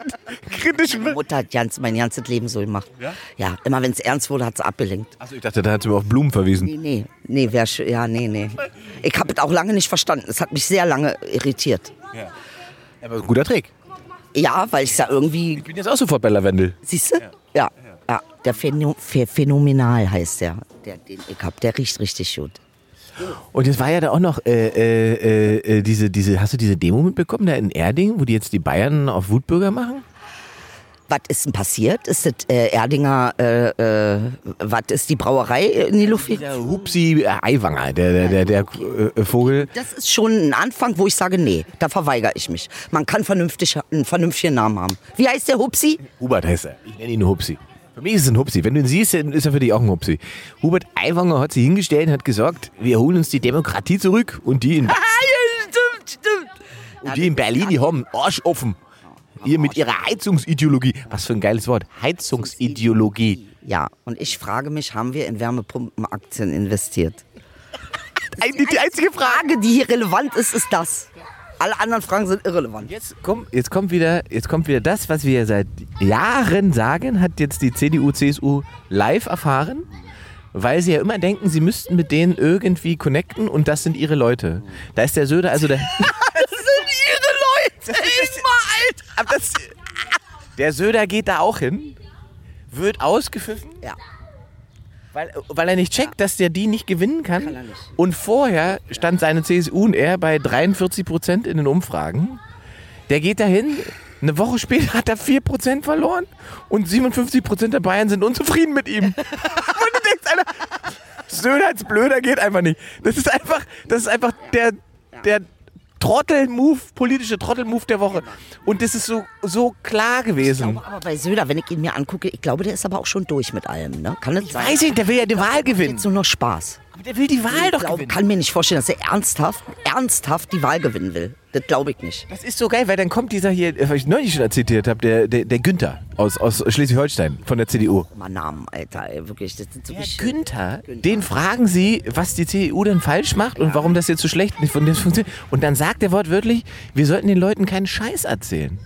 kritisch
Meine Mutter hat ganz, mein ganzes Leben so gemacht. Ja? Ja, immer wenn es ernst wurde, hat sie abgelenkt.
Achso, ich dachte, da hat sie mir auf Blumen verwiesen.
Nee, nee, nee, wär, schö- ja, nee, nee. Ich habe es auch lange nicht verstanden. Es hat mich sehr lange irritiert.
Aber guter Trick.
Ja, weil ich es ja irgendwie
Ich bin jetzt auch sofort bei Lavendel.
Siehst du? Ja. ja. Der Phäno Ph Phänomenal heißt der, der, den ich hab. Der riecht richtig gut.
Und jetzt war ja da auch noch äh, äh, äh, äh, diese, diese, hast du diese Demo mitbekommen da in Erding, wo die jetzt die Bayern auf Wutbürger machen?
Was ist denn passiert? Ist das äh, Erdinger, äh, äh, was ist die Brauerei in die Luft?
Der Hupsi äh, Eiwanger, der, der, der, der äh, Vogel.
Das ist schon ein Anfang, wo ich sage, nee, da verweigere ich mich. Man kann vernünftig, einen vernünftigen Namen haben. Wie heißt der Hupsi?
Hubert heißt er. Ich nenne ihn Hupsi. Für mich ist es ein Hupsi. Wenn du ihn siehst, dann ist er für dich auch ein Hupsi. Hubert Aiwanger hat sich hingestellt und hat gesagt, wir holen uns die Demokratie zurück und die in,
Ah, ja, stimmt, stimmt.
und die in Berlin, die haben Arsch offen. Ihr mit ihrer Heizungsideologie. Was für ein geiles Wort. Heizungsideologie.
Ja, und ich frage mich, haben wir in Wärmepumpenaktien investiert?
Die, die einzige Frage.
Frage, die hier relevant ist, ist das. Alle anderen Fragen sind irrelevant.
Jetzt, komm, jetzt, kommt wieder, jetzt kommt wieder das, was wir seit Jahren sagen, hat jetzt die CDU, CSU live erfahren, weil sie ja immer denken, sie müssten mit denen irgendwie connecten und das sind ihre Leute. Da ist der Söder, also der.
Das sind ihre Leute, Ingmar,
Aber das, der Söder geht da auch hin, wird ausgepfiffen,
Alter. Ja,
weil, weil er nicht checkt, dass der die nicht gewinnen kann. Und vorher stand seine CSU und er bei 43 Prozent in den Umfragen. Der geht dahin. Eine Woche später hat er 4% verloren und 57% der Bayern sind unzufrieden mit ihm. Und du denkst, Alter, Söder als Blöder geht einfach nicht. Das ist einfach, das ist einfach der, der Trottelmove, politische Trottelmove der Woche. Und das ist so, so klar gewesen.
Aber bei Söder, wenn ich ihn mir angucke, ich glaube, der ist aber auch schon durch mit allem. Ne? Kann das sein?
Weiß ich, nicht, der will ja die Wahl gewinnen.
Jetzt nur noch Spaß.
Aber der will die Wahl
Ich
doch
glaub,
gewinnen.
kann mir nicht vorstellen, dass er ernsthaft, ernsthaft die Wahl gewinnen will. Das glaube ich nicht.
Das ist so geil, weil dann kommt dieser hier, äh, was ich neulich schon zitiert habe, der, der, der Günther aus, aus Schleswig-Holstein von der CDU.
Mal Namen, Alter, ey, wirklich. Das sind so
Herr
richtig-
Günther, den fragen sie, was die CDU denn falsch macht und warum das jetzt so schlecht nicht von dem funktioniert. Und dann sagt er wortwörtlich, wir sollten den Leuten keinen Scheiß erzählen.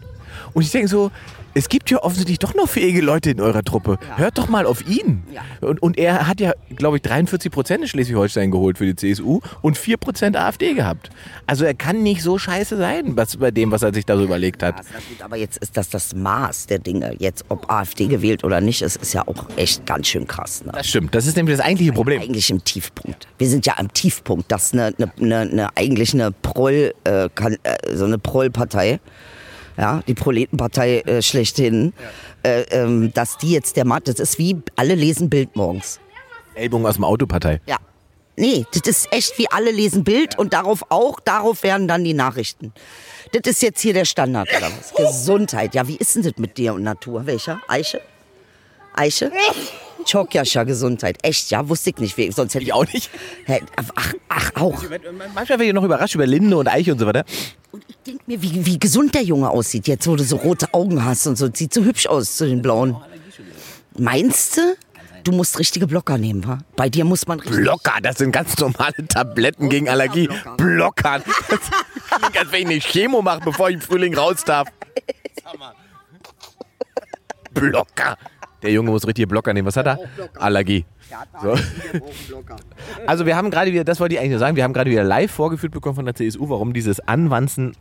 Und ich denke so, es gibt ja offensichtlich doch noch fähige Leute in eurer Truppe. Hört doch mal auf ihn. Und, und er hat ja, glaube ich, 43 Prozent in Schleswig-Holstein geholt für die CSU und 4 Prozent AfD gehabt. Also er kann nicht so scheiße sein, was, bei dem, was er sich da so überlegt hat.
Ja, ist das gut, aber jetzt ist das das Maß der Dinge. Jetzt, ob AfD gewählt oder nicht, ist, ist ja auch echt ganz schön krass. Ne?
Das stimmt, das ist nämlich das eigentliche Problem.
Eigentlich im Tiefpunkt. Wir sind ja am Tiefpunkt, dass eine, eine, eine, eine eigentlich eine Proll, äh, kann, äh, so eine Prollpartei, ja, die Proletenpartei äh, schlechthin, äh, ähm, dass die jetzt der Matt, das ist wie alle lesen Bild morgens.
Ellbogen aus dem Autopartei.
Ja. Nee, das ist echt wie alle lesen Bild und darauf auch, darauf werden dann die Nachrichten. Das ist jetzt hier der Standard oder was? Gesundheit. Ja, wie ist denn das mit dir und Natur? Welcher? Eiche? Eiche? Chokjascha, Gesundheit. Echt, ja, wusste ich nicht. wie- Sonst hätte
Ich auch nicht.
Hä, Ach, ach, auch.
Manchmal werde ich noch überrascht über Linde und Eiche und so weiter.
Und ich denke mir, wie, wie gesund der Junge aussieht. Jetzt, wo du so rote Augen hast und so. Sieht so hübsch aus zu den blauen. Meinst du? Du musst richtige Blocker nehmen, wa? Bei dir muss man richtig.
Blocker, das sind ganz normale Tabletten gegen Allergie.
Blocker.
Blockern. Das klingt, als wenn ich eine Chemo mache, bevor ich im Frühling raus darf. Blocker. Der Junge muss richtige Blocker nehmen. Was hat er? Allergie. So. Also wir haben gerade wieder, das wollte ich eigentlich nur sagen, wir haben gerade wieder live vorgeführt bekommen von der CSU, warum dieses Anwanzen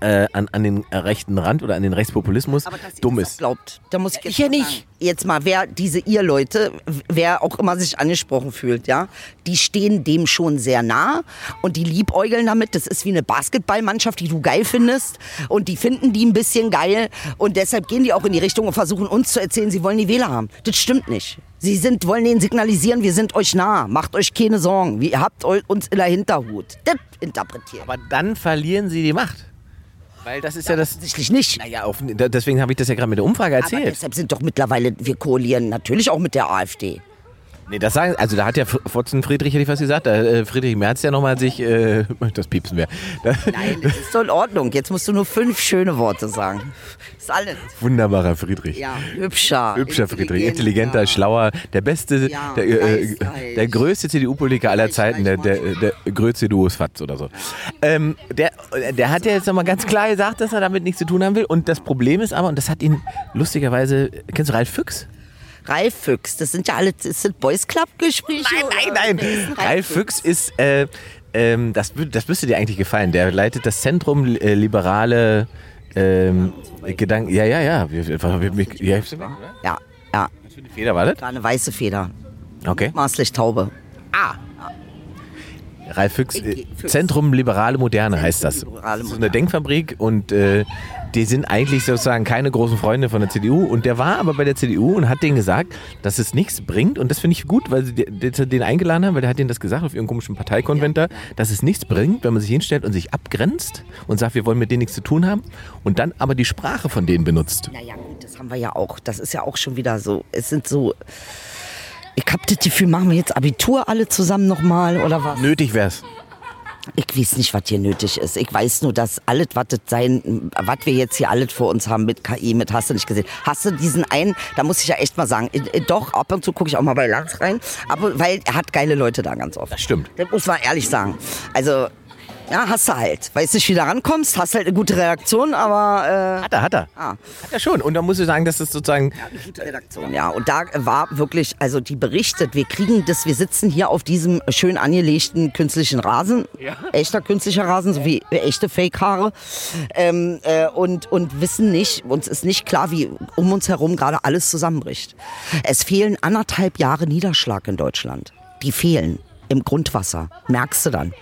äh, an, an den rechten Rand oder an den Rechtspopulismus dumm ist.
glaubt. Da muss ich jetzt
ich ja
mal
nicht.
Sagen. Jetzt mal, wer diese ihr Leute, wer auch immer sich angesprochen fühlt, ja, die stehen dem schon sehr nah und die liebäugeln damit. Das ist wie eine Basketballmannschaft, die du geil findest und die finden die ein bisschen geil und deshalb gehen die auch in die Richtung und versuchen uns zu erzählen, sie wollen die Wähler haben. Das stimmt nicht. Sie sind, wollen denen signalisieren, wir sind euch nah, macht euch keine Sorgen, ihr habt eu- uns in der Hinterhut. Das interpretiert.
Aber dann verlieren sie die Macht. Weil das ist ja das.
Offensichtlich nicht.
Naja, auf, da- deswegen habe ich das ja gerade mit der Umfrage
Aber
erzählt.
deshalb sind doch mittlerweile, wir koalieren natürlich auch mit der AfD.
Nee, das sagen, also da hat ja F- Fotzen Friedrich, hätte ich fast gesagt, da, äh, Friedrich Merz ja nochmal sich, äh, das piepsen wir. Da,
Nein, das ist so in Ordnung. Jetzt musst du nur fünf schöne Worte sagen. Ist alles.
wunderbarer Friedrich.
Ja, hübscher.
Hübscher Friedrich, intelligenter, schlauer, der beste,
Ja,
der, äh,
geistreich.
der größte CDU-Politiker aller Zeiten, der, der, der größte Duos Fatz oder so. Ähm, der, der hat ja jetzt nochmal ganz klar gesagt, dass er damit nichts zu tun haben will. Und das Problem ist aber, und das hat ihn lustigerweise, kennst du Ralf Füchs?
Ralf Füchs, das sind ja alle, das sind Boys Club Gespräche.
Nein, nein, nein. Ralf Füchs ist, äh, ähm, das, wü- das müsste dir eigentlich gefallen. Der leitet das Zentrum äh, liberale ähm, Gedanken. Ja, ja, ja. Wir, wir, wir, wir, ja.
Ja, ja.
Feder war das?
Da eine weiße Feder.
Okay. Ah.
Maßlich taube.
Ralf Füchs, äh,
Füchs.
Zentrum Liberale Moderne heißt das.
Liberale
Das ist eine
Moderne.
Denkfabrik und äh, die sind eigentlich sozusagen keine großen Freunde von der CDU. Und der war aber bei der CDU und hat denen gesagt, dass es nichts bringt. Und das finde ich gut, weil sie de- de- den eingeladen haben, weil der hat denen das gesagt auf ihrem komischen Parteikonvent da, dass es nichts bringt, wenn man sich hinstellt und sich abgrenzt und sagt, wir wollen mit denen nichts zu tun haben und dann aber die Sprache von denen benutzt.
Naja, gut, das haben wir ja auch. Das ist ja auch schon wieder so. Es sind so. Ich hab das Gefühl, machen wir jetzt Abitur alle zusammen nochmal oder was?
Nötig wär's.
Ich weiß nicht, was hier nötig ist. Ich weiß nur, dass alles, was das sein, was wir jetzt hier alles vor uns haben mit KI, mit hast du nicht gesehen. Hast du diesen einen, da muss ich ja echt mal sagen, äh, äh, doch, ab und zu gucke ich auch mal bei Lanz rein, aber weil er hat geile Leute da ganz oft.
Das stimmt.
Das muss man ehrlich sagen. Also, ja, hast du halt. Weißt nicht, wie du rankommst, hast halt eine gute Redaktion, aber,
Hat er, hat er.
äh, ah.
Hat er schon. Und da muss ich sagen, dass das sozusagen
Gute Redaktion, ja. Und da war wirklich, also die berichtet, wir kriegen das, wir sitzen hier auf diesem schön angelegten künstlichen Rasen, echter künstlicher Rasen, so wie echte Fake-Haare, ähm, äh, und, und wissen nicht, uns ist nicht klar, wie um uns herum gerade alles zusammenbricht. Es fehlen anderthalb Jahre Niederschlag in Deutschland. Die fehlen im Grundwasser, merkst du dann.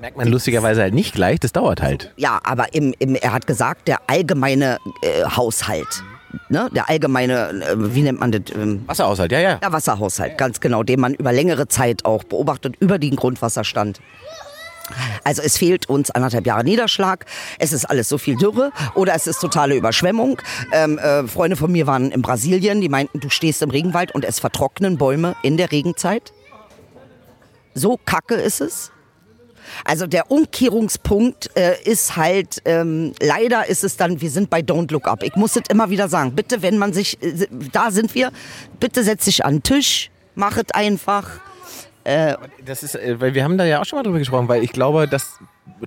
merkt man lustigerweise halt nicht gleich. Das dauert halt.
Ja, aber im, im, er hat gesagt, der allgemeine äh, Haushalt. Ne? Der allgemeine, äh, wie nennt man das? Ähm,
Wasserhaushalt, ja, ja.
Der Wasserhaushalt, ganz genau, den man über längere Zeit auch beobachtet, über den Grundwasserstand. Also es fehlt uns anderthalb Jahre Niederschlag, es ist alles so viel Dürre oder es ist totale Überschwemmung. Ähm, äh, Freunde von mir waren in Brasilien, die meinten, du stehst im Regenwald und es vertrocknen Bäume in der Regenzeit. So kacke ist es. Also der Umkehrungspunkt äh, ist halt, ähm, leider ist es dann, wir sind bei Don't Look Up. Ich muss das immer wieder sagen. Bitte, wenn man sich, äh, da sind wir, bitte setz dich an den Tisch, mach es einfach.
Das ist, äh, weil wir haben da ja auch schon mal drüber gesprochen, weil ich glaube, dass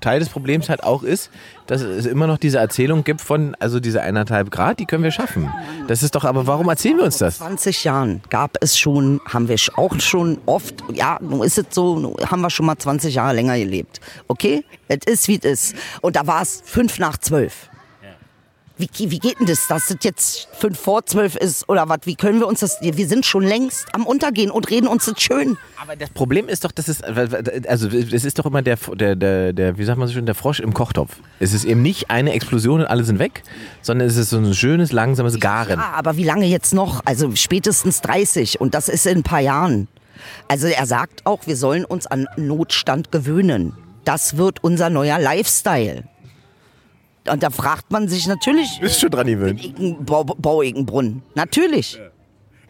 Teil des Problems halt auch ist, dass es immer noch diese Erzählung gibt von, also diese eineinhalb Grad, die können wir schaffen. Das ist doch, aber warum erzählen wir uns das?
20 Jahren gab es schon, haben wir auch schon oft, ja, nun ist es so, nun haben wir schon mal 20 Jahre länger gelebt. Okay? Es ist, wie es ist. Und da war es fünf nach zwölf. Wie, ge- wie geht denn das, dass das jetzt fünf vor zwölf ist oder was? Wie können wir uns das, wir sind schon längst am Untergehen und reden uns das schön.
Aber das Problem ist doch, dass es, also es ist doch immer der, der, der, der wie sagt man so schön, der Frosch im Kochtopf. Es ist eben nicht eine Explosion und alle sind weg, sondern es ist so ein schönes, langsames Garen.
Ja, aber wie lange jetzt noch? Also spätestens 30 und das ist in ein paar Jahren. Also er sagt auch, wir sollen uns an Notstand gewöhnen. Das wird unser neuer Lifestyle. Und da fragt man sich natürlich,
Bist schon dran gewöhnt.
Bau- baue ich einen Brunnen? Natürlich.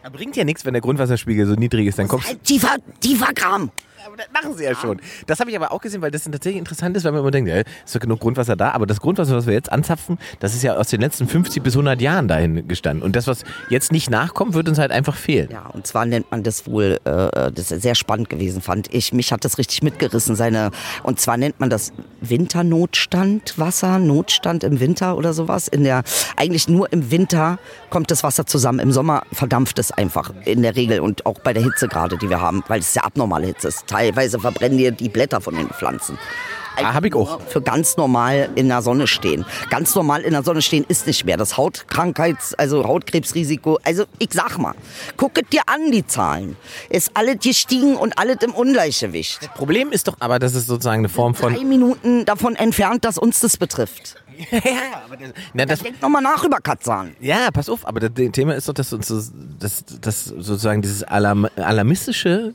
Da bringt ja nichts, wenn der Grundwasserspiegel so niedrig ist, dann kommst
Halt tiefer, tiefer Graben.
Aber das machen sie ja schon. Das habe ich aber auch gesehen, weil das tatsächlich interessant ist, weil man immer denkt, ja, ist doch genug Grundwasser da, aber das Grundwasser, was wir jetzt anzapfen, das ist ja aus den letzten 50 bis 100 Jahren dahin gestanden. Und das, was jetzt nicht nachkommt, wird uns halt einfach fehlen.
Ja, und zwar nennt man das wohl, äh, das ist sehr spannend gewesen, fand ich. Mich hat das richtig mitgerissen, seine, und zwar nennt man das Winternotstand, Wasser, Notstand im Winter oder sowas. In der, eigentlich nur im Winter kommt das Wasser zusammen. Im Sommer verdampft es einfach in der Regel und auch bei der Hitze gerade, die wir haben, weil es ja abnormale Hitze ist. Teilweise verbrennen dir die Blätter von den Pflanzen.
Ah, hab ich auch.
Für ganz normal in der Sonne stehen. Ganz normal in der Sonne stehen ist nicht mehr. Das Hautkrankheits-, also Hautkrebsrisiko. Also, ich sag mal, gucket dir an die Zahlen. Ist alles gestiegen und alles im Ungleichgewicht.
Problem ist doch aber, dass es sozusagen eine Form von.
Drei Minuten davon entfernt, dass uns das betrifft.
ja, aber das, na, das,
Denk nochmal nach über Katzahn.
ja, pass auf, aber das Thema ist doch, dass, uns das, dass, dass sozusagen dieses Alarm, Alarmistische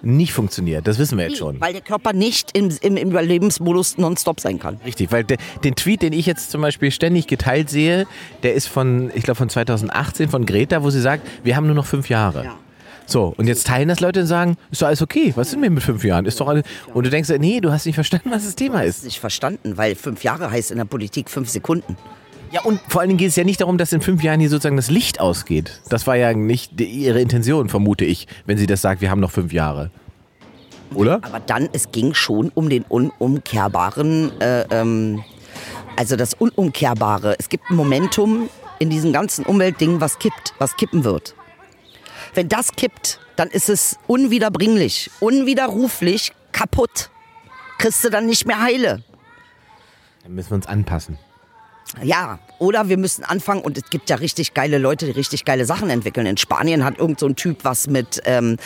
nicht funktioniert. Das wissen wir jetzt schon.
Weil der Körper nicht im, im, im Überlebensmodus nonstop sein kann.
Richtig, weil de, den Tweet, den ich jetzt zum Beispiel ständig geteilt sehe, der ist von, ich glaube von 2018 von Greta, wo sie sagt, wir haben nur noch fünf Jahre.
Ja.
So, und jetzt teilen das Leute und sagen, ist doch alles okay, was sind wir mit fünf Jahren? Ist doch alles. Und du denkst, nee, du hast nicht verstanden, was das Thema ist.
Nicht verstanden, weil fünf Jahre heißt in der Politik fünf Sekunden.
Ja, und vor allen Dingen geht es ja nicht darum, dass in fünf Jahren hier sozusagen das Licht ausgeht. Das war ja nicht die, ihre Intention, vermute ich, wenn sie das sagt, wir haben noch fünf Jahre. Oder?
Aber dann, es ging schon um den unumkehrbaren, äh, ähm, also das Unumkehrbare. Es gibt ein Momentum in diesem ganzen Umweltding, was kippt, was kippen wird. Wenn das kippt, dann ist es unwiederbringlich, unwiderruflich kaputt. Kriegst du dann nicht mehr heile.
Dann müssen wir uns anpassen.
Ja, oder wir müssen anfangen und es gibt ja richtig geile Leute, die richtig geile Sachen entwickeln. In Spanien hat irgend so ein Typ was mit, ähm,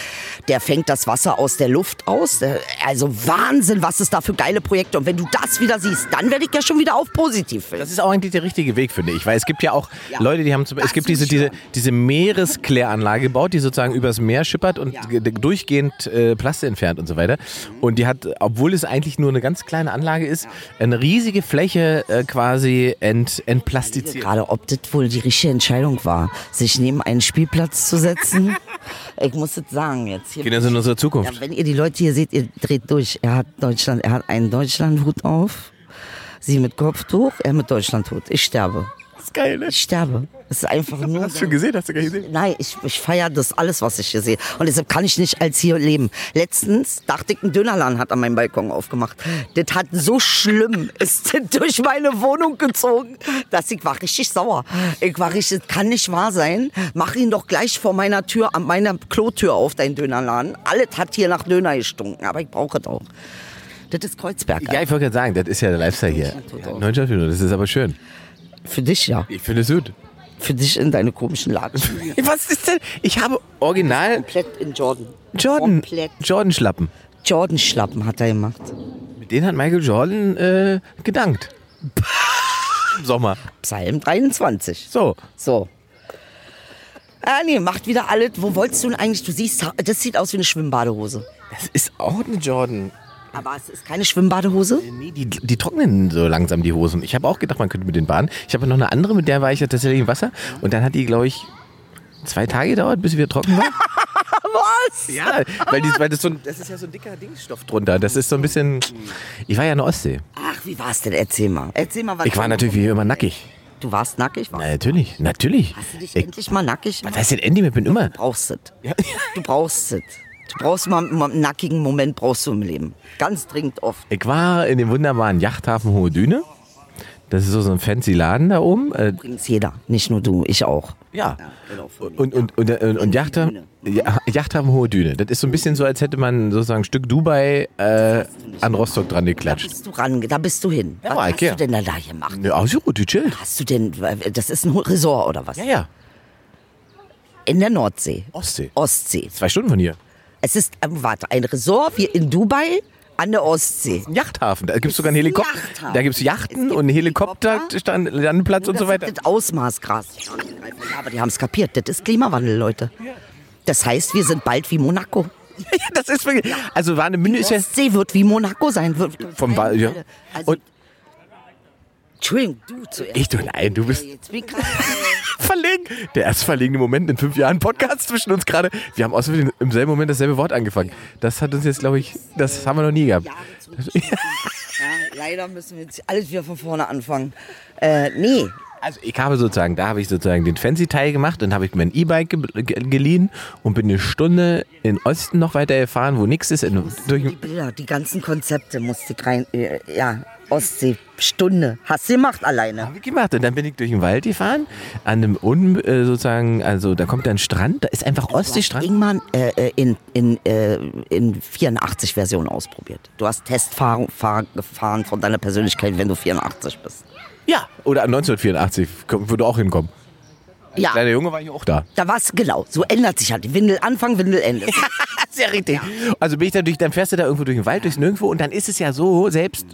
der fängt das Wasser aus der Luft aus. Der- Also Wahnsinn, was es da für geile Projekte. Und wenn du das wieder siehst, dann werde ich ja schon wieder auf positiv.
Das ist auch eigentlich der richtige Weg, finde ich, weil es gibt ja auch
Ja.
Leute, die haben zum es
Dazu
gibt diese, diese,
schon.
diese Meereskläranlage gebaut, die sozusagen übers Meer schippert und
Ja.
ge- durchgehend äh, Plaste entfernt und so weiter. Und die hat, obwohl es eigentlich nur eine ganz kleine Anlage ist, eine riesige Fläche äh, quasi ent, entplastiziert.
Gerade ob das wohl die richtige Entscheidung war, sich neben einen Spielplatz zu setzen. Ich muss das sagen jetzt. Hier
Kinder sind unsere Zukunft.
Ja, wenn ihr die Leute hier seht, ihr dreht durch. Er hat Deutschland, er hat einen Deutschlandhut auf. Sie mit Kopftuch, er mit Deutschlandhut. Ich sterbe.
Das ist geil, ne?
Ich sterbe. Es ist einfach nur.
Hast du schon gesehen? Hast du gar nicht gesehen?
Nein, ich, ich feiere das alles, was ich hier sehe. Und deshalb kann ich nicht als hier leben. Letztens dachte ich, ein Dönerladen hat an meinem Balkon aufgemacht. Das hat so schlimm, ist das durch meine Wohnung gezogen, dass ich war richtig sauer. Ich war richtig, das kann nicht wahr sein. Mach ihn doch gleich vor meiner Tür, an meiner Klotür auf, dein Dönerladen. Alles hat hier nach Döner gestunken, aber ich brauche es auch. Das ist Kreuzberg.
Ja, ich wollte gerade sagen, das ist ja der Lifestyle hier. Ja, Neustadt, das ist aber schön.
Für dich ja.
Ich finde es gut.
Für dich in deine komischen Laden.
Was ist denn? Ich habe original
Komplett in Jordan.
Jordan,
Komplett.
Jordan Schlappen.
Jordan-Schlappen hat er gemacht.
Mit denen hat Michael Jordan äh, gedankt. Im Sommer.
Psalm 23.
So.
So. Ah, nee, macht wieder alles. Wo wolltest du denn eigentlich? Du siehst, das sieht aus wie eine Schwimmbadehose.
Das ist auch eine Jordan.
Aber es ist keine Schwimmbadehose.
Nee, die, die trocknen so langsam die Hosen. Ich habe auch gedacht, man könnte mit den baden. Ich habe noch eine andere, mit der war ich ja tatsächlich im Wasser. Und dann hat die, glaube ich, zwei Tage gedauert, bis sie wieder trocken war.
Was?
Ja, weil, die, weil das, so ein, das ist ja so ein dicker Dingsstoff drunter. Das ist so ein bisschen. Ich war ja in der Ostsee.
Ach, wie war's denn? Erzähl mal. Erzähl mal, was
Ich war natürlich wie immer nackig.
Du warst nackig, warst
Na, natürlich, natürlich.
Hast du dich
Ich,
endlich mal nackig gemacht?
was heißt denn Andy? Ich bin immer.
Du brauchst es. Du brauchst es. Du brauchst mal, mal einen nackigen Moment brauchst du im Leben. Ganz dringend oft.
Ich war in dem wunderbaren Yachthafen Hohe Düne. Das ist so, so ein fancy Laden da oben. Äh,
Übrigens jeder, nicht nur du, ich auch.
ja.
genau, von mir.
Und, und, und, und, und Yachthafen,
Düne.
ja, Yachthafen Hohe Düne. Das ist so ein bisschen so, als hätte man sozusagen ein Stück Dubai äh, an Rostock dran
Da
geklatscht.
bist du ran, da bist du hin.
Ja,
was
Mike,
hast
ja.
du denn da, da gemacht?
Ja, ausgeruht, gechillt.
Hast du denn, das ist ein Resort oder was?
Ja, ja.
In der Nordsee.
Ostsee.
Ostsee.
Zwei Stunden von hier.
Es ist, ähm, warte, ein Resort wie in Dubai an der Ostsee.
Ein Yachthafen. Da gibt es sogar einen Helikopter.
Yachthafen.
Da gibt es
Es
Yachten
gibt
und einen Helikopter,
Helikopter.
Stand- Landeplatz und so
Das
weiter.
ist das Ausmaß krass. Ja, aber die haben es kapiert. Das ist Klimawandel, Leute. Das heißt, wir sind bald wie Monaco.
Ja, das ist wirklich. Also Warnemünde ist ja.
Ostsee wird wie Monaco sein. Wird,
Vom Wa- ja.
Also,
Und-
Entschuldigung, du zuerst.
Ich, du, nein, du bist
Jetzt bin ich gerade-
verlegen. Der erst verlegene Moment in fünf Jahren Podcast zwischen uns gerade. Wir haben außerdem im selben Moment dasselbe Wort angefangen. Das hat uns jetzt, glaube ich, das haben wir noch nie gehabt.
Jahre zurück. ja, leider müssen wir jetzt alles wieder von vorne anfangen. Äh, nee,
Also ich habe sozusagen, da habe ich sozusagen den Fancy-Teil gemacht, dann habe ich mir ein E-Bike ge ge geliehen und bin eine Stunde in den Osten noch weiter gefahren, wo nichts ist. In,
die
durch,
Bilder, die ganzen Konzepte musste ich rein. äh, Ja, Ostsee, Stunde. Hast du gemacht alleine?
habe ich gemacht. Und dann bin ich durch den Wald gefahren, an einem Un äh, sozusagen, also da kommt dann Strand, da ist einfach Ostseestrand.
Ingmann äh, äh, in, in, äh, in 84 Version ausprobiert. Du hast Testfahren Fahr- gefahren von deiner Persönlichkeit, wenn du 84 bist.
Ja, oder 1984, komm, würde auch hinkommen.
Ja,
Kleiner Junge war ich auch da.
da war es genau. So ändert sich halt. Windel Anfang, Windel Ende.
Sehr richtig. Also bin ich da durch, dann fährst du da irgendwo durch den Wald, durchs Nirgendwo und dann ist es ja so, selbst,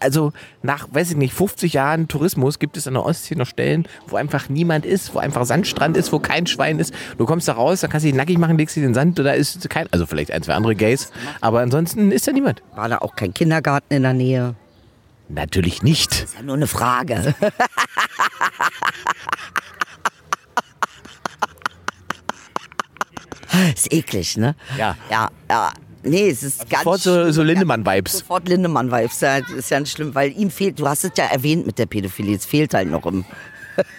also nach, weiß ich nicht, 50 Jahren Tourismus gibt es an der Ostsee noch Stellen, wo einfach niemand ist, wo einfach Sandstrand ist, wo kein Schwein ist. Du kommst da raus, dann kannst du dich nackig machen, legst dir den Sand, da ist kein, also vielleicht ein, zwei andere Gays, aber ansonsten ist da niemand.
War da auch kein Kindergarten in der Nähe?
Natürlich nicht.
Ist ja nur eine Frage. ist eklig, ne?
Ja. Also
Ja, ja. Nee, es ist ganz
Sofort so, so
schlimm. Ja,
Lindemann-Vibes.
sofort Lindemann-Vibes. Ja, das ist ja nicht schlimm, weil ihm fehlt, du hast es ja erwähnt mit der Pädophilie, es fehlt halt noch im.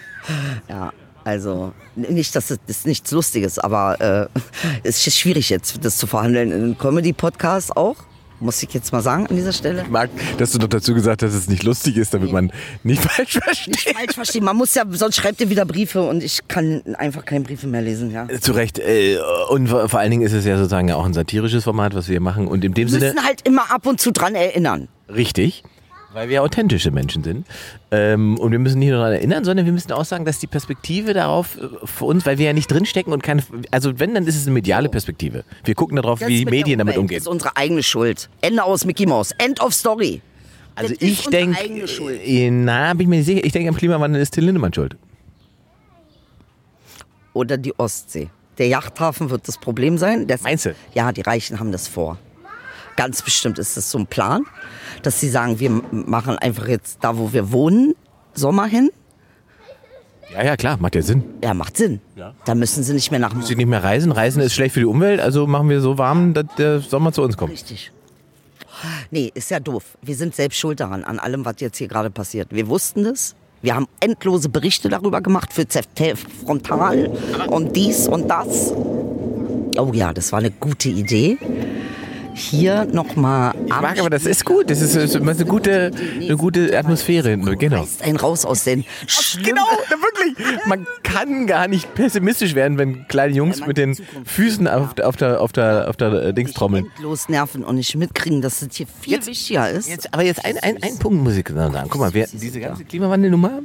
ja, also nicht, dass es das ist nichts Lustiges, aber äh, es ist schwierig jetzt, das zu verhandeln. In einem Comedy-Podcast auch, muss ich jetzt mal sagen an dieser Stelle.
Marc, dass du noch dazu gesagt hast, dass es nicht lustig ist, damit man nicht falsch versteht.
falsch verstehen. Man muss ja, sonst schreibt ihr wieder Briefe und ich kann einfach keine Briefe mehr lesen, ja.
Zu Recht. Äh, und vor vor allen Dingen ist es ja sozusagen auch ein satirisches Format, was wir hier machen. Und in dem
Wir
Sinne.
müssen halt immer ab und zu dran erinnern.
Richtig. Weil wir authentische Menschen sind. Ähm, und wir müssen nicht nur daran erinnern, sondern wir müssen auch sagen, dass die Perspektive darauf äh, für uns, weil wir ja nicht drinstecken und keine. Also, wenn, dann ist es eine mediale Perspektive. Wir gucken darauf,
Das mit
wie
der
Medien damit
Umwelt
umgehen.
ist unsere eigene Schuld. Ende aus Mickey Mouse. End of Story.
Also,
das ist
ich
unsere
denke.
eigene Schuld.
Na, bin ich mir nicht sicher. Ich denke, am Klimawandel ist Till Lindemann schuld.
Oder die Ostsee. Der Yachthafen wird das Problem sein. Das,
Meinst du?
Ja, die Reichen haben das vor. Ganz bestimmt ist das so ein Plan, dass sie sagen, wir machen einfach jetzt da, wo wir wohnen, Sommer hin.
Ja, ja, klar, macht ja Sinn.
Ja, macht Sinn.
Ja.
Da müssen sie nicht mehr nach
Sie nicht mehr reisen. Reisen ist schlecht für die Umwelt, also machen wir so warm, dass der Sommer zu uns kommt.
Richtig. Nee, ist ja doof. Wir sind selbst schuld daran, an allem, was jetzt hier gerade passiert. Wir wussten das. Wir haben endlose Berichte darüber gemacht für ZFT Frontal und dies und das. Oh ja, das war eine gute Idee. Hier nochmal.
Ich mag aber, das ist gut. Das ist, das ist immer eine gute, eine gute Atmosphäre. Genau.
Reißt einen raus aus den schlimmen-
Genau, na wirklich. Man kann gar nicht pessimistisch werden, wenn kleine Jungs mit den Füßen auf, auf der, auf der, auf der äh, Dings trommeln.
endlos nerven und nicht mitkriegen, dass es hier viel wichtiger ist.
Jetzt, aber jetzt ein, ein, ein Punkt muss ich genau sagen. Guck mal, wir, diese ganze Klimawandelnummer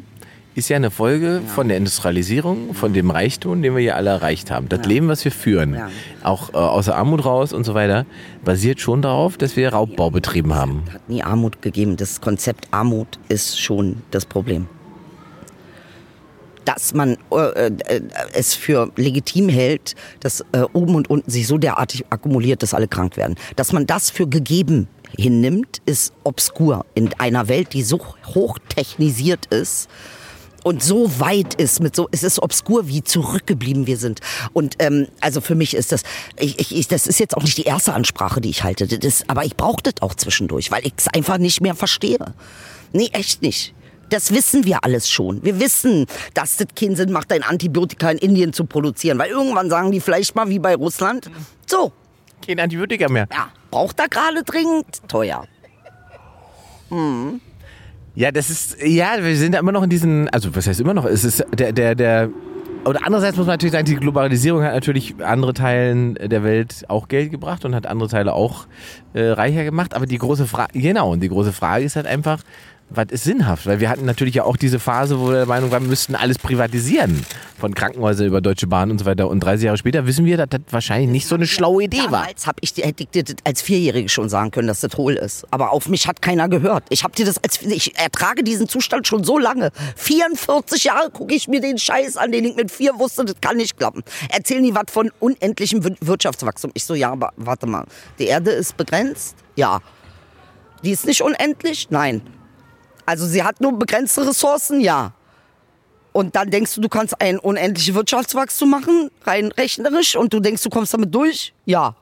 ist ja eine Folge von der Industrialisierung, von dem Reichtum, den wir hier alle erreicht haben. Das Leben, was wir führen,
Ja.
auch äh, aus der Armut raus und so weiter, basiert schon darauf, dass wir Raubbau betrieben haben.
hat nie Armut gegeben. Das Konzept Armut ist schon das Problem. Dass man äh, äh, es für legitim hält, dass äh, oben und unten sich so derartig akkumuliert, dass alle krank werden. Dass man das für gegeben hinnimmt, ist obskur. In einer Welt, die so hochtechnisiert ist und so weit ist, mit so, es ist obskur, wie zurückgeblieben wir sind. Und ähm, also für mich ist das, ich, ich, ich, das ist jetzt auch nicht die erste Ansprache, die ich halte. Das ist, aber ich brauche das auch zwischendurch, weil ich es einfach nicht mehr verstehe. Nee, echt nicht. Das wissen wir alles schon. Wir wissen, dass das keinen Sinn macht, ein Antibiotika in Indien zu produzieren. Weil irgendwann sagen die vielleicht mal, wie bei Russland, so,
Kein Antibiotika mehr.
ja, braucht er gerade dringend, teuer.
Ja, das ist, ja, wir sind da immer noch in diesen, also was heißt immer noch, es ist der, der, der, oder andererseits muss man natürlich sagen, die Globalisierung hat natürlich andere Teilen der Welt auch Geld gebracht und hat andere Teile auch äh, reicher gemacht, aber die große Frage, genau, und die große Frage ist halt einfach, was ist sinnhaft? Weil wir hatten natürlich ja auch diese Phase, wo wir der Meinung waren, wir müssten alles privatisieren. Von Krankenhäusern über Deutsche Bahn und so weiter. Und 30 Jahre später wissen wir, dass das wahrscheinlich nicht so eine schlaue Idee war.
Damals hab ich, dir- hätte ich dir das als Vierjährige schon sagen können, dass das hohl ist. Aber auf mich hat keiner gehört. Ich hab dir das als, ich ertrage diesen Zustand schon so lange. 44 Jahre gucke ich mir den Scheiß an, den ich mit vier wusste, das kann nicht klappen. Erzählen die was von unendlichem Wir- Wirtschaftswachstum. Ich so, ja, aber warte mal. Die Erde ist begrenzt? Ja. Die ist nicht unendlich? Nein. Also sie hat nur begrenzte Ressourcen? Ja. Und dann denkst du, du kannst ein unendliches Wirtschaftswachstum machen, rein rechnerisch, und du denkst, du kommst damit durch? Ja.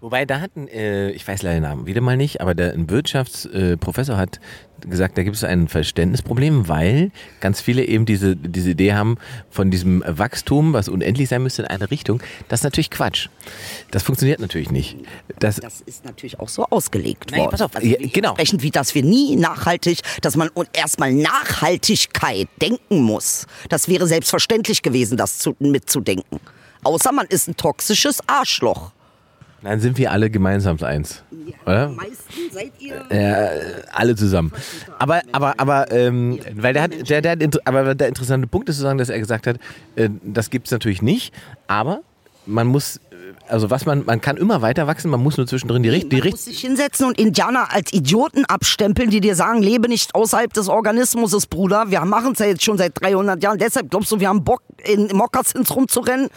Wobei, da hatten, äh, ich weiß leider den Namen wieder mal nicht, aber der, ein Wirtschaftsprofessor äh, Professor hat gesagt, da gibt es ein Verständnisproblem, weil ganz viele eben diese, diese Idee haben von diesem Wachstum, was unendlich sein müsste in eine Richtung. Das ist natürlich Quatsch. Das funktioniert natürlich nicht. Das,
Das ist natürlich auch so ausgelegt
Nein,
worden.
pass auf,
also
ja,
nicht
genau.
Entsprechend wie, dass wir nie nachhaltig, dass man un- erstmal Nachhaltigkeit denken muss. Das wäre selbstverständlich gewesen, das zu, mitzudenken. Außer man ist ein toxisches Arschloch.
dann sind wir alle gemeinsam eins. Oder?
meisten seid ihr.
alle zusammen. Aber, aber, aber, ähm, weil der hat, der, der, hat inter- aber der interessante Punkt ist sozusagen, dass er gesagt hat, äh, das gibt's natürlich nicht, aber man muss, äh, also was man, man kann immer weiter wachsen, man muss nur zwischendrin die richtige, die
Man
richt
muss sich hinsetzen und Indianer als Idioten abstempeln, die dir sagen, lebe nicht außerhalb des Organismus, Bruder. Wir machen es ja jetzt schon seit 300 Jahren. Deshalb glaubst du, wir haben Bock, in Mokassins rumzurennen?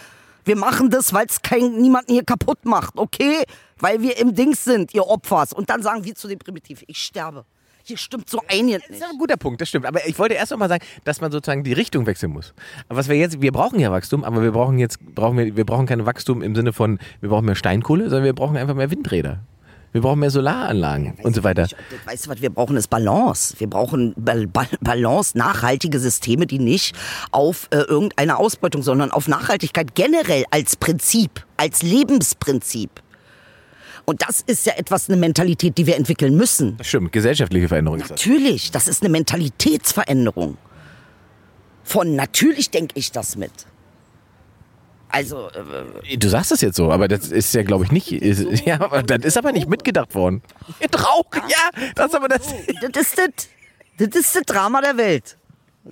Wir machen das, weil es niemanden hier kaputt macht, okay? Weil wir im Dings sind, ihr Opfers. Und dann sagen wir zu dem Primitiv, ich sterbe. Hier stimmt so einiges
Das
nicht.
ist ein guter Punkt, das stimmt. Aber ich wollte erst noch mal sagen, dass man sozusagen die Richtung wechseln muss. Aber was wir jetzt, wir brauchen ja Wachstum, aber wir brauchen jetzt, brauchen wir, wir brauchen kein Wachstum im Sinne von, wir brauchen mehr Steinkohle, sondern wir brauchen einfach mehr Windräder. Wir brauchen mehr Solaranlagen und so weiter.
Weißt du, was wir brauchen, ist Balance. Wir brauchen Bal Bal Balance, nachhaltige Systeme, die nicht auf äh, irgendeine Ausbeutung, sondern auf Nachhaltigkeit generell als Prinzip, als Lebensprinzip. Und das ist ja etwas, eine Mentalität, die wir entwickeln müssen.
Das stimmt, gesellschaftliche Veränderung ist das.
Natürlich, das ist eine Mentalitätsveränderung. Von natürlich denke ich das mit. Also, äh,
Du sagst das jetzt so, aber das ist ja, glaube ich, nicht. Ist, ja, aber das ist aber nicht mitgedacht worden. Rauch, ja, das ist aber das.
das ist das. Das ist das Drama der Welt.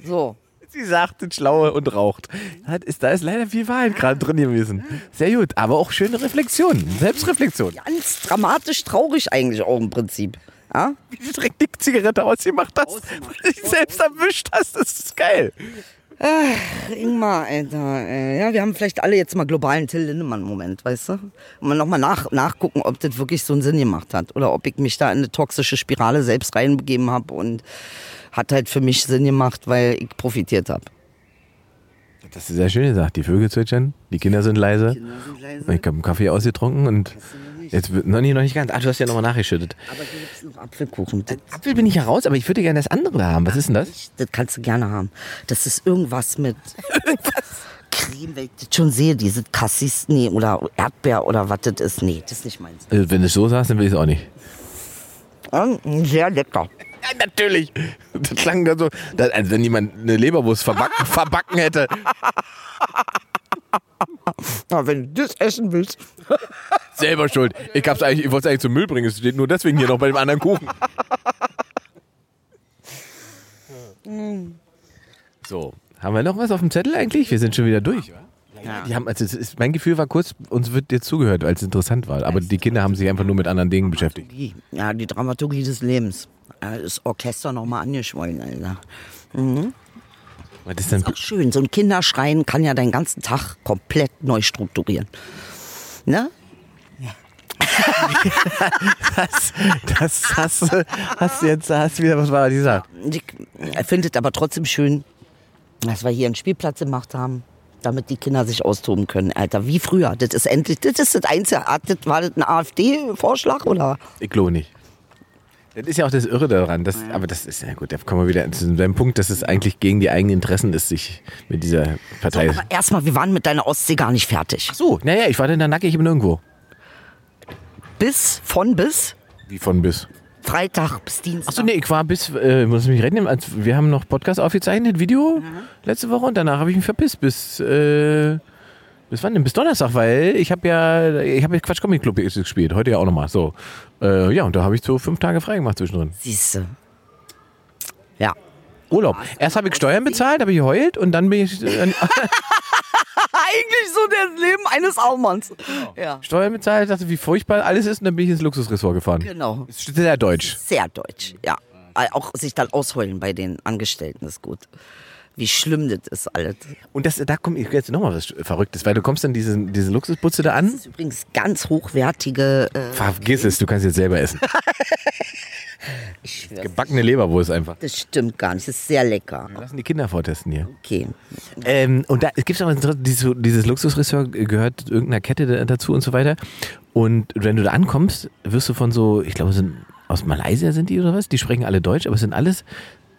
So.
Sie sagt, sind schlaue und raucht. Das ist, da ist leider viel Wahrheit gerade drin gewesen. Sehr gut, aber auch schöne Reflexion, Selbstreflexion.
ganz dramatisch traurig eigentlich auch im Prinzip. Ja?
Die trägt die Zigarette aus, sie macht das, weil du dich selbst erwischt hast. Das ist geil.
Ingmar, Alter. Äh, ja, wir haben vielleicht alle jetzt mal globalen Till Lindemann-Moment, weißt du? Und mal nochmal nach, nachgucken, ob das wirklich so einen Sinn gemacht hat. Oder ob ich mich da in eine toxische Spirale selbst reinbegeben habe und hat halt für mich Sinn gemacht, weil ich profitiert habe.
Das ist sehr schön gesagt. Die Vögel zwitschern, die Kinder sind leise. Ich habe einen Kaffee ausgetrunken und jetzt wird noch nicht, noch nicht ganz. Ach, du hast ja nochmal nachgeschüttet.
Aber hier gibt es noch Apfelkuchen. Das,
Apfel bin ich ja raus, aber ich würde gerne das andere da haben. Was ist denn das?
das kannst du gerne haben. Das ist irgendwas mit. Creme, wenn ich das schon sehe, diese Cassis, nee, oder Erdbeer oder was das ist. Nee, das ist nicht meins.
Also, wenn du es so sagst, dann will ich es auch nicht.
Ähm, Sehr lecker.
Ja, natürlich. Das klang dann so, das- als wenn jemand eine Leberwurst verbacken, verbacken hätte.
Na, wenn du das essen willst.
Selber schuld. Ich, hab's eigentlich- ich wollte es eigentlich zum Müll bringen. Es steht nur deswegen hier noch bei dem anderen Kuchen. So, haben wir noch was auf dem Zettel eigentlich? Wir sind schon wieder durch. wa? Die haben, also es ist, mein Gefühl war kurz, uns wird dir zugehört, weil es interessant war. Aber die Kinder haben sich einfach nur mit anderen Dingen beschäftigt.
Die, ja, die Dramaturgie des Lebens. Äh, Das Orchester nochmal angeschwollen, Alter.
Was ist denn?
Auch schön, so ein Kinderschreien kann ja deinen ganzen Tag komplett neu strukturieren. Ne?
das das hast, du- hast du jetzt hast du wieder was war dieser.
Die- Er findet aber trotzdem schön, dass wir hier einen Spielplatz gemacht haben, damit die Kinder sich austoben können. Alter, wie früher. Das ist endlich, das ist das Einzige. Hat das- War das ein AfD-Vorschlag oder?
Ich glaube nicht. Das ist ja auch das Irre daran. Dass, Aber das ist ja gut, da kommen wir wieder zu deinem Punkt, dass es eigentlich gegen die eigenen Interessen ist, sich mit dieser Partei.
Aber erstmal, wir waren mit deiner Ostsee gar nicht fertig.
so, naja, ich war denn da nackig im Nirgendwo.
Bis, von bis,
Wie von bis.
Freitag bis Dienstag.
Achso, nee, ich war bis, äh, muss ich mich reden, als wir haben noch Podcast aufgezeichnet, Video letzte Woche und danach habe ich mich verpisst bis, äh, bis wann denn? Bis Donnerstag, weil ich habe ja, ich habe ja Quatsch Comic Club gespielt, heute ja auch nochmal, so. Äh, ja, und da habe ich so fünf Tage frei gemacht zwischendrin.
Siehste. Ja.
Urlaub. Erst habe ich Steuern bezahlt, habe ich geheult und dann bin ich, äh,
Eigentlich so das Leben eines Aumanns. Ja.
Steuern bezahlt, dachte, wie furchtbar alles ist und dann bin ich ins Luxusressort gefahren.
Genau.
Ist sehr deutsch.
Sehr deutsch, ja. Äh, Auch sich dann ausheulen bei den Angestellten ist gut. Wie schlimm das ist alles.
Und das, da kommt jetzt nochmal was Verrücktes, weil du kommst dann diesen, diese Luxusbutze da an.
Das ist übrigens ganz hochwertige. Äh,
Vergiss es, du kannst jetzt selber essen.
ich schwör's,
Gebackene Leberwurst einfach.
das stimmt gar nicht. Das ist sehr lecker.
Wir lassen die Kinder vortesten hier.
Okay.
Ähm, und da gibt es aber dieses, dieses Luxusressort gehört irgendeiner Kette da- dazu und so weiter. Und wenn du da ankommst, wirst du von so, ich glaube, sind aus Malaysia sind die oder was? Die sprechen alle Deutsch, aber es sind alles,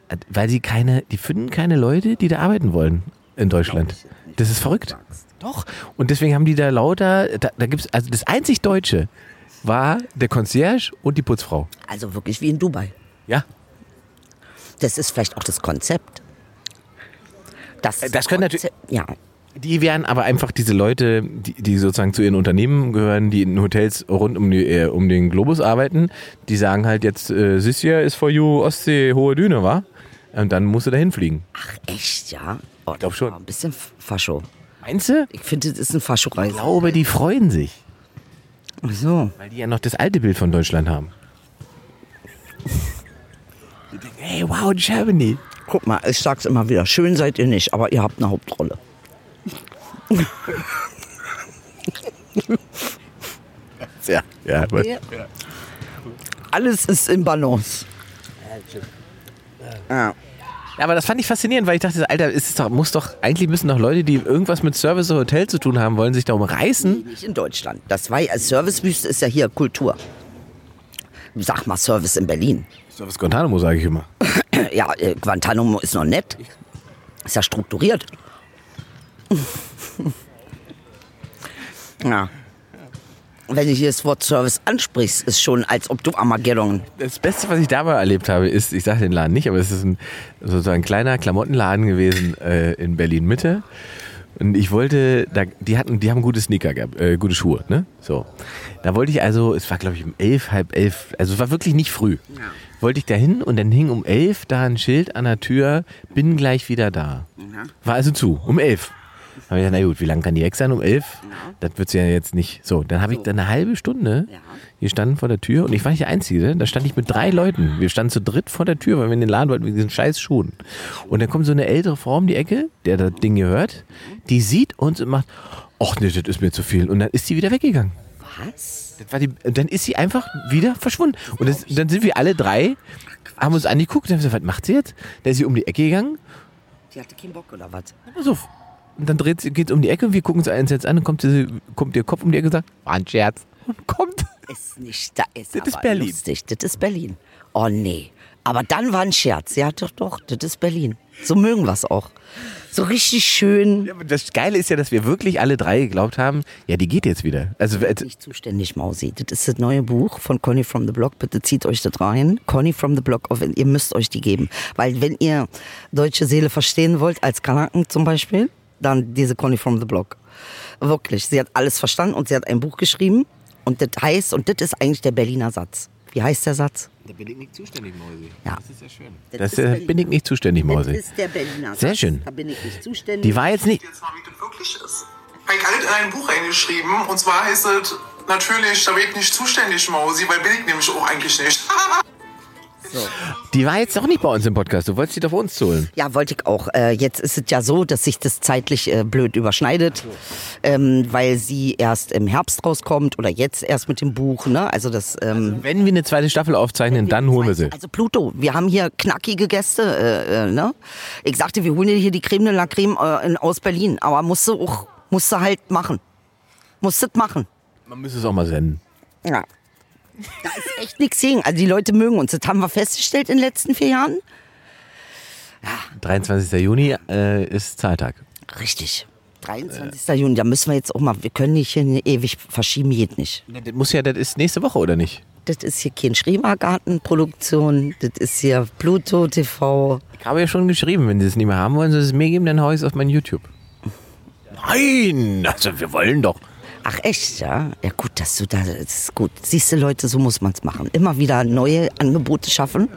äh, weil sie keine, die finden keine Leute, die da arbeiten wollen in Deutschland. Das ist verrückt. Doch. Und deswegen haben die da lauter, da, da gibt's, also das einzig Deutsche war der Concierge und die Putzfrau.
Also wirklich wie in Dubai.
Ja.
Das ist vielleicht auch das Konzept. Das,
Äh, das können natürlich-
Konzept- Ja.
Die wären aber einfach diese Leute, die, die sozusagen zu ihren Unternehmen gehören, die in Hotels rund um, die, äh, um den Globus arbeiten, die sagen halt jetzt, äh, this year is for you Ostsee, hohe Düne, wa? Und dann musst du dahin fliegen.
Ach, echt, ja? Oh, ich
glaub schon.
Ein bisschen Fascho.
Meinst du?
Ich finde, das ist ein
Ich
Fascho-Reise.
glaube, die freuen sich,
Ach So.
weil die ja noch das alte Bild von Deutschland haben. Die denken, hey, wow, Germany.
Guck mal, ich sag's immer wieder. Schön seid ihr nicht, aber ihr habt eine Hauptrolle.
Ja, ja. Aber,
Alles ist in Balance. Ah. Ja.
Ja, aber das fand ich faszinierend, weil ich dachte, Alter, ist es doch, muss doch, eigentlich müssen doch Leute, die irgendwas mit Service und Hotel zu tun haben wollen, sich darum reißen,
Nicht in Deutschland. Das war ja, Servicewüste ist ja hier Kultur. Sag mal Service in Berlin.
Service Guantanamo, sage ich immer.
Ja, äh, Guantanamo ist noch nett. Ist ja strukturiert. ja. Wenn du hier das Wort Service ansprichst, ist schon, als ob du Armageddon.
Das Beste, was ich dabei erlebt habe, ist, ich sage den Laden nicht, aber es ist ein sozusagen ein kleiner Klamottenladen gewesen äh, in Berlin Mitte. Und ich wollte, da, die hatten, die haben gute Sneaker gehabt, äh, gute Schuhe, ne? So. Da wollte ich also, es war glaube ich um elf, halb elf, also es war wirklich nicht früh. Wollte ich da hin und dann hing um elf da ein Schild an der Tür, bin gleich wieder da. War also zu, um elf. Da hab ich gedacht, na gut, wie lange kann die weg sein? Um elf? Das wird's ja jetzt nicht. So, dann habe ich dann eine halbe Stunde
Ja.
wir standen vor der Tür und ich war nicht der Einzige. Da stand ich mit drei Leuten. Wir standen zu dritt vor der Tür, weil wir in den Laden wollten mit diesen scheiß Schuhen. Und dann kommt so eine ältere Frau um die Ecke, der das Ding gehört, die sieht uns und macht, ach nee, das ist mir zu viel. Und dann ist sie wieder weggegangen.
Was?
Das war die, und dann ist sie einfach wieder verschwunden. Und das, dann sind wir alle drei, haben uns angeguckt und haben gesagt, was macht sie jetzt? Da ist sie um die Ecke gegangen.
Die hatte keinen Bock oder was?
Na, Pass auf. Und dann dreht sie, geht's um die Ecke und wir gucken uns eins jetzt an und kommt, diese, kommt ihr Kopf um die Ecke und sagt, war ein Scherz. Und kommt.
Ist nicht da. Ist
Das ist
aber
Berlin.
Lustig. Das ist Berlin. Oh nee. Aber dann war ein Scherz. Ja, doch, doch. Das ist Berlin. So mögen wir es auch. So richtig schön.
Ja, aber das Geile ist ja, dass wir wirklich alle drei geglaubt haben, ja, die geht jetzt wieder. Also, äh,
Nicht zuständig, Mausi. Das ist das neue Buch von Conny from the Block. Bitte zieht euch das rein. Conny from the Block, auf- ihr müsst euch die geben. Weil wenn ihr deutsche Seele verstehen wollt, als Kanaken zum Beispiel, dann diese Conny from the Block. Wirklich. Sie hat alles verstanden und sie hat ein Buch geschrieben. Und das heißt, und das ist eigentlich der Berliner Satz. Wie heißt der Satz?
da bin ich nicht zuständig, Mausi.
Ja.
ist ja schön.
Das
Das
ist
äh,
Berlin.
bin ich nicht zuständig, Mausi.
ist der Berliner Satz.
Sehr schön.
Da bin ich nicht zuständig.
Die war jetzt nicht.
jetzt mal, wie das wirklich ist. Ich habe in ein Buch eingeschrieben und zwar heißt es natürlich, da bin ich nicht zuständig, Mausi, weil bin ich nämlich auch eigentlich nicht.
Die war jetzt noch nicht bei uns im Podcast. Du wolltest die doch bei uns holen.
Ja, wollte ich auch. Äh, jetzt ist es ja so, dass sich das zeitlich äh, blöd überschneidet, ähm, weil sie erst im Herbst rauskommt oder jetzt erst mit dem Buch. Ne? Also das. Ähm,
Wenn wir eine zweite Staffel aufzeichnen, dann holen wir sie.
also Pluto, wir haben hier knackige Gäste, äh, äh, ne? Ich sagte, wir holen dir hier die Creme de la Creme äh, in, aus Berlin, aber musst du auch, musst du halt machen. Musst du machen.
Man müsste es auch mal senden.
Ja. Da ist echt nichts gegen. Also die Leute mögen uns. Das haben wir festgestellt in den letzten vier Jahren.
23. Juni äh, ist Zahltag.
Richtig. 23. Juni, da müssen wir jetzt auch mal, wir können nicht hier ewig verschieben, geht nicht.
Na, Das muss ja, das ist nächste Woche, oder nicht?
Das ist hier kein Schrebergartenproduktion, das ist hier Pluto TV.
Ich habe ja schon geschrieben, wenn sie es nicht mehr haben wollen, sollen sie es mir geben, dann haue ich es auf mein YouTube. Nein! Also wir wollen doch.
Ach echt, ja? Ja gut, dass du da, das ist gut. Siehst du Leute, so muss man es machen. Immer wieder neue Angebote schaffen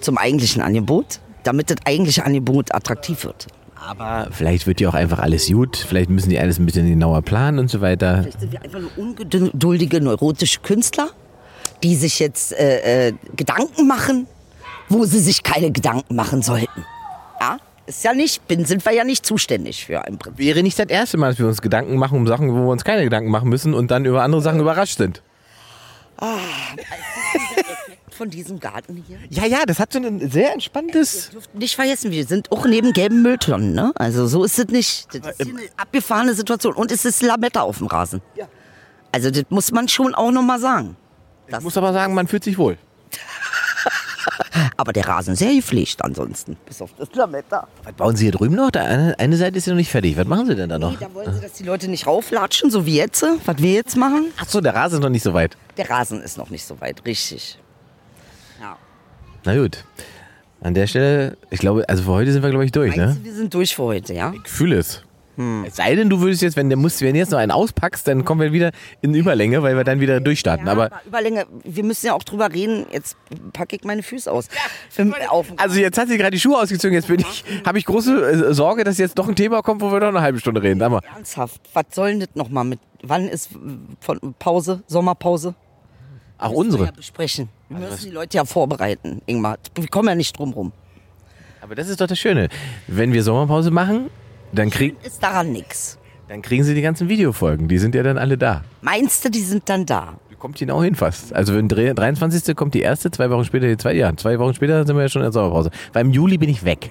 zum eigentlichen Angebot, damit das eigentliche Angebot attraktiv wird.
Aber vielleicht wird ja auch einfach alles gut. Vielleicht müssen die alles ein bisschen genauer planen und so weiter.
Vielleicht sind wir einfach nur ungeduldige, neurotische Künstler, die sich jetzt äh, äh, Gedanken machen, wo sie sich keine Gedanken machen sollten. Ja, ist ja nicht, bin, sind wir ja nicht zuständig für im Prinzip.
Wäre nicht das erste Mal, dass wir uns Gedanken machen um Sachen, wo wir uns keine Gedanken machen müssen und dann über andere Sachen überrascht sind.
Von diesem Garten hier.
Ja, ja, das hat so ein sehr entspanntes.
Nicht vergessen, wir sind auch neben gelben Mülltonnen, ne? Also so ist es nicht. Das ist hier eine abgefahrene Situation. Und es ist Lametta auf dem Rasen. Also das muss man schon auch nochmal sagen.
Ich muss aber sagen, man fühlt sich wohl.
Aber der Rasen sehr gepflegt ansonsten. Bis auf das Lametta.
Was bauen Sie hier drüben noch? Da eine, eine Seite ist ja noch nicht fertig. Was machen Sie denn da noch?
Da wollen sie, dass die Leute nicht rauflatschen, so wie jetzt, äh, was wir jetzt machen.
Ach so, der Rasen ist noch nicht so weit.
Der Rasen ist noch nicht so weit, richtig. Ja.
Na gut. An der Stelle, ich glaube, also für heute sind wir, glaube ich, durch,
Meinst
ne?
du, wir sind durch für heute, ja?
Ich fühle es. Es sei denn, du würdest jetzt, wenn du musst, wenn du jetzt noch einen auspackst, dann kommen wir wieder in Überlänge, weil wir dann wieder durchstarten.
ja,
Aber
Überlänge, wir müssen ja auch drüber reden. Jetzt packe ich meine Füße aus. Für, auf,
also jetzt hat sie gerade die Schuhe ausgezogen, jetzt bin ich, habe ich große äh, Sorge, dass jetzt noch ein Thema kommt, wo wir noch eine halbe Stunde reden. Aber
ernsthaft, was soll denn das nochmal mit? Wann ist äh, von Pause, Sommerpause?
auch
Wir
unsere.
ja besprechen. Wir müssen die Leute ja vorbereiten, Ingmar. Wir kommen ja nicht drum rum.
Aber das ist doch das Schöne. Wenn wir Sommerpause machen, dann, krieg,
Ist daran nichts.
dann kriegen sie die ganzen Videofolgen. Die sind ja dann alle da.
Meinst du, die sind dann da?
Kommt genau hin fast. Also wenn Dre- 23. kommt die erste, zwei Wochen später die zweite. Ja, zwei Wochen später sind wir ja schon in der Sommerpause. Weil im Juli bin ich weg.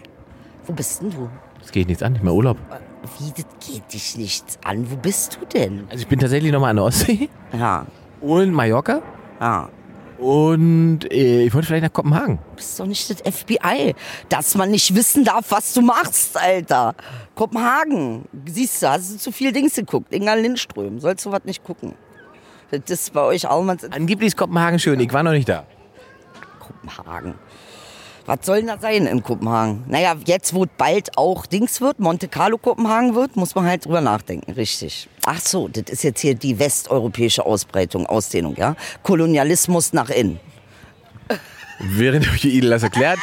Wo bist denn du?
Das geht nichts an, nicht mehr Urlaub.
Äh, Wie, das geht dich nichts an. Wo bist du denn?
Also ich bin tatsächlich nochmal an der Ostsee
Ja,
und Mallorca
ja.
und äh, ich wollte vielleicht nach Kopenhagen.
Du bist doch nicht das FBI, dass man nicht wissen darf, was du machst, Alter. Kopenhagen, siehst du, hast du zu viel Dings geguckt. Inga Lindström, sollst du was nicht gucken. Das ist bei euch auch mal
Angeblich ist Kopenhagen schön, ich war noch nicht da.
Kopenhagen. Was soll denn da sein in Kopenhagen? Naja, jetzt, wo bald auch Dings wird, Monte Carlo Kopenhagen wird, muss man halt drüber nachdenken, richtig. Ach so, das ist jetzt hier die westeuropäische Ausbreitung, Ausdehnung, ja? Kolonialismus nach innen.
Während euch Idel das erklärt,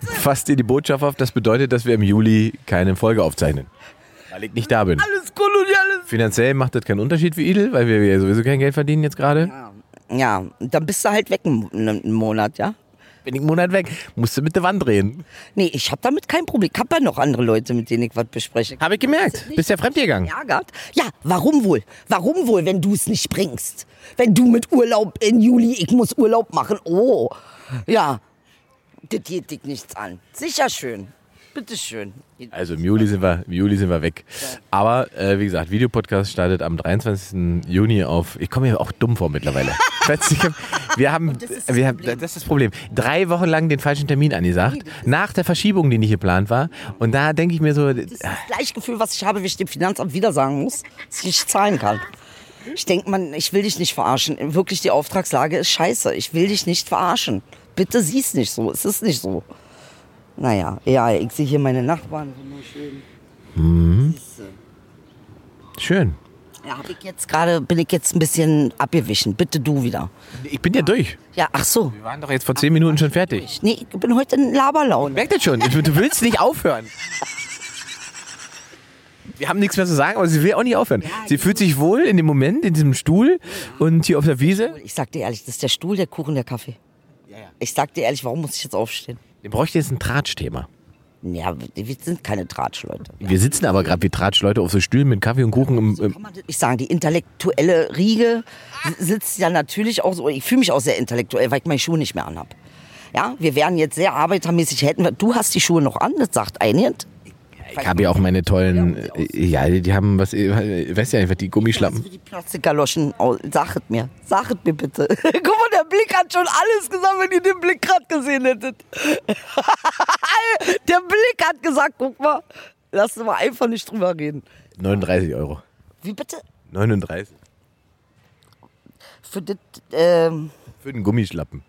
fasst ihr die Botschaft auf, das bedeutet, dass wir im Juli keine Folge aufzeichnen. Weil ich nicht da bin.
Alles koloniales.
Finanziell macht das keinen Unterschied für Idel, weil wir ja sowieso kein Geld verdienen jetzt gerade.
Ja, dann bist du halt weg einen einen Monat, ja?
Bin ich einen Monat weg, musste mit der Wand drehen.
Nee, ich habe damit kein Problem. Ich habe ja noch andere Leute, mit denen ich was bespreche.
Habe ich gemerkt, bist ja fremdgegangen.
Ärgert? Ja, warum wohl? Warum wohl, wenn du es nicht bringst? Wenn du mit Urlaub in Juli, ich muss Urlaub machen. Oh, ja. Das geht dich nichts an. Sicher schön. Bitteschön.
Also im Juli sind wir, im Juli sind wir weg. Aber äh, wie gesagt, Videopodcast startet am 23. Juni auf. Ich komme mir auch dumm vor mittlerweile. Ich weiß nicht, wir haben, wir haben, das ist das Problem. Drei Wochen lang den falschen Termin angesagt, nach der Verschiebung, die nicht geplant war. Und da denke ich mir so,
Das Gleichgefühl, was ich habe, wenn ich dem Finanzamt wieder sagen muss, dass ich nicht zahlen kann. Ich denke, man, ich will dich nicht verarschen. Wirklich, die Auftragslage ist scheiße. Ich will dich nicht verarschen. Bitte sieh's nicht so. Es ist nicht so. Naja, ja, ich sehe hier meine Nachbarn. Wunderschön.
schön.
Ja, hab ich jetzt gerade, bin ich jetzt ein bisschen abgewichen. Bitte du wieder.
Ich bin ja durch.
Ja, ach so.
Wir waren doch jetzt vor zehn Minuten schon fertig.
Ich, nee, ich bin heute in Laberlaune.
Merkt das schon, du willst nicht aufhören. Wir haben nichts mehr zu sagen, aber sie will auch nicht aufhören. Sie fühlt sich wohl in dem Moment, in diesem Stuhl und hier auf der Wiese.
Ich sag dir ehrlich, das ist der Stuhl, der Kuchen, der Kaffee. Ich sag dir ehrlich, warum muss ich jetzt aufstehen?
Wir bräuchten jetzt ein Tratschthema.
Ja, wir sind keine Tratschleute.
Wir sitzen aber gerade wie Tratschleute auf so Stühlen mit Kaffee und Kuchen im, im
Kann man das nicht sagen, die intellektuelle Riege si- sitzt ja natürlich auch so. Ich fühle mich auch sehr intellektuell, weil ich meine Schuhe nicht mehr anhab. Ja, wir wären jetzt sehr arbeitermäßig, hätten wir, du hast die Schuhe noch an, das sagt einjährend.
Ich habe ja auch meine tollen, äh, ja, die haben was, äh, weißt ja einfach die
Also
Gummischlappen.
wie die Plastikgaloschen, oh, saget mir, saget mir bitte. Guck mal, der Blick hat schon alles gesagt, wenn ihr den Blick gerade gesehen hättet. der Blick hat gesagt, guck mal, lass uns mal einfach nicht drüber reden.
39 Euro.
Wie bitte?
39.
Für das, ähm,
Für den Gummischlappen.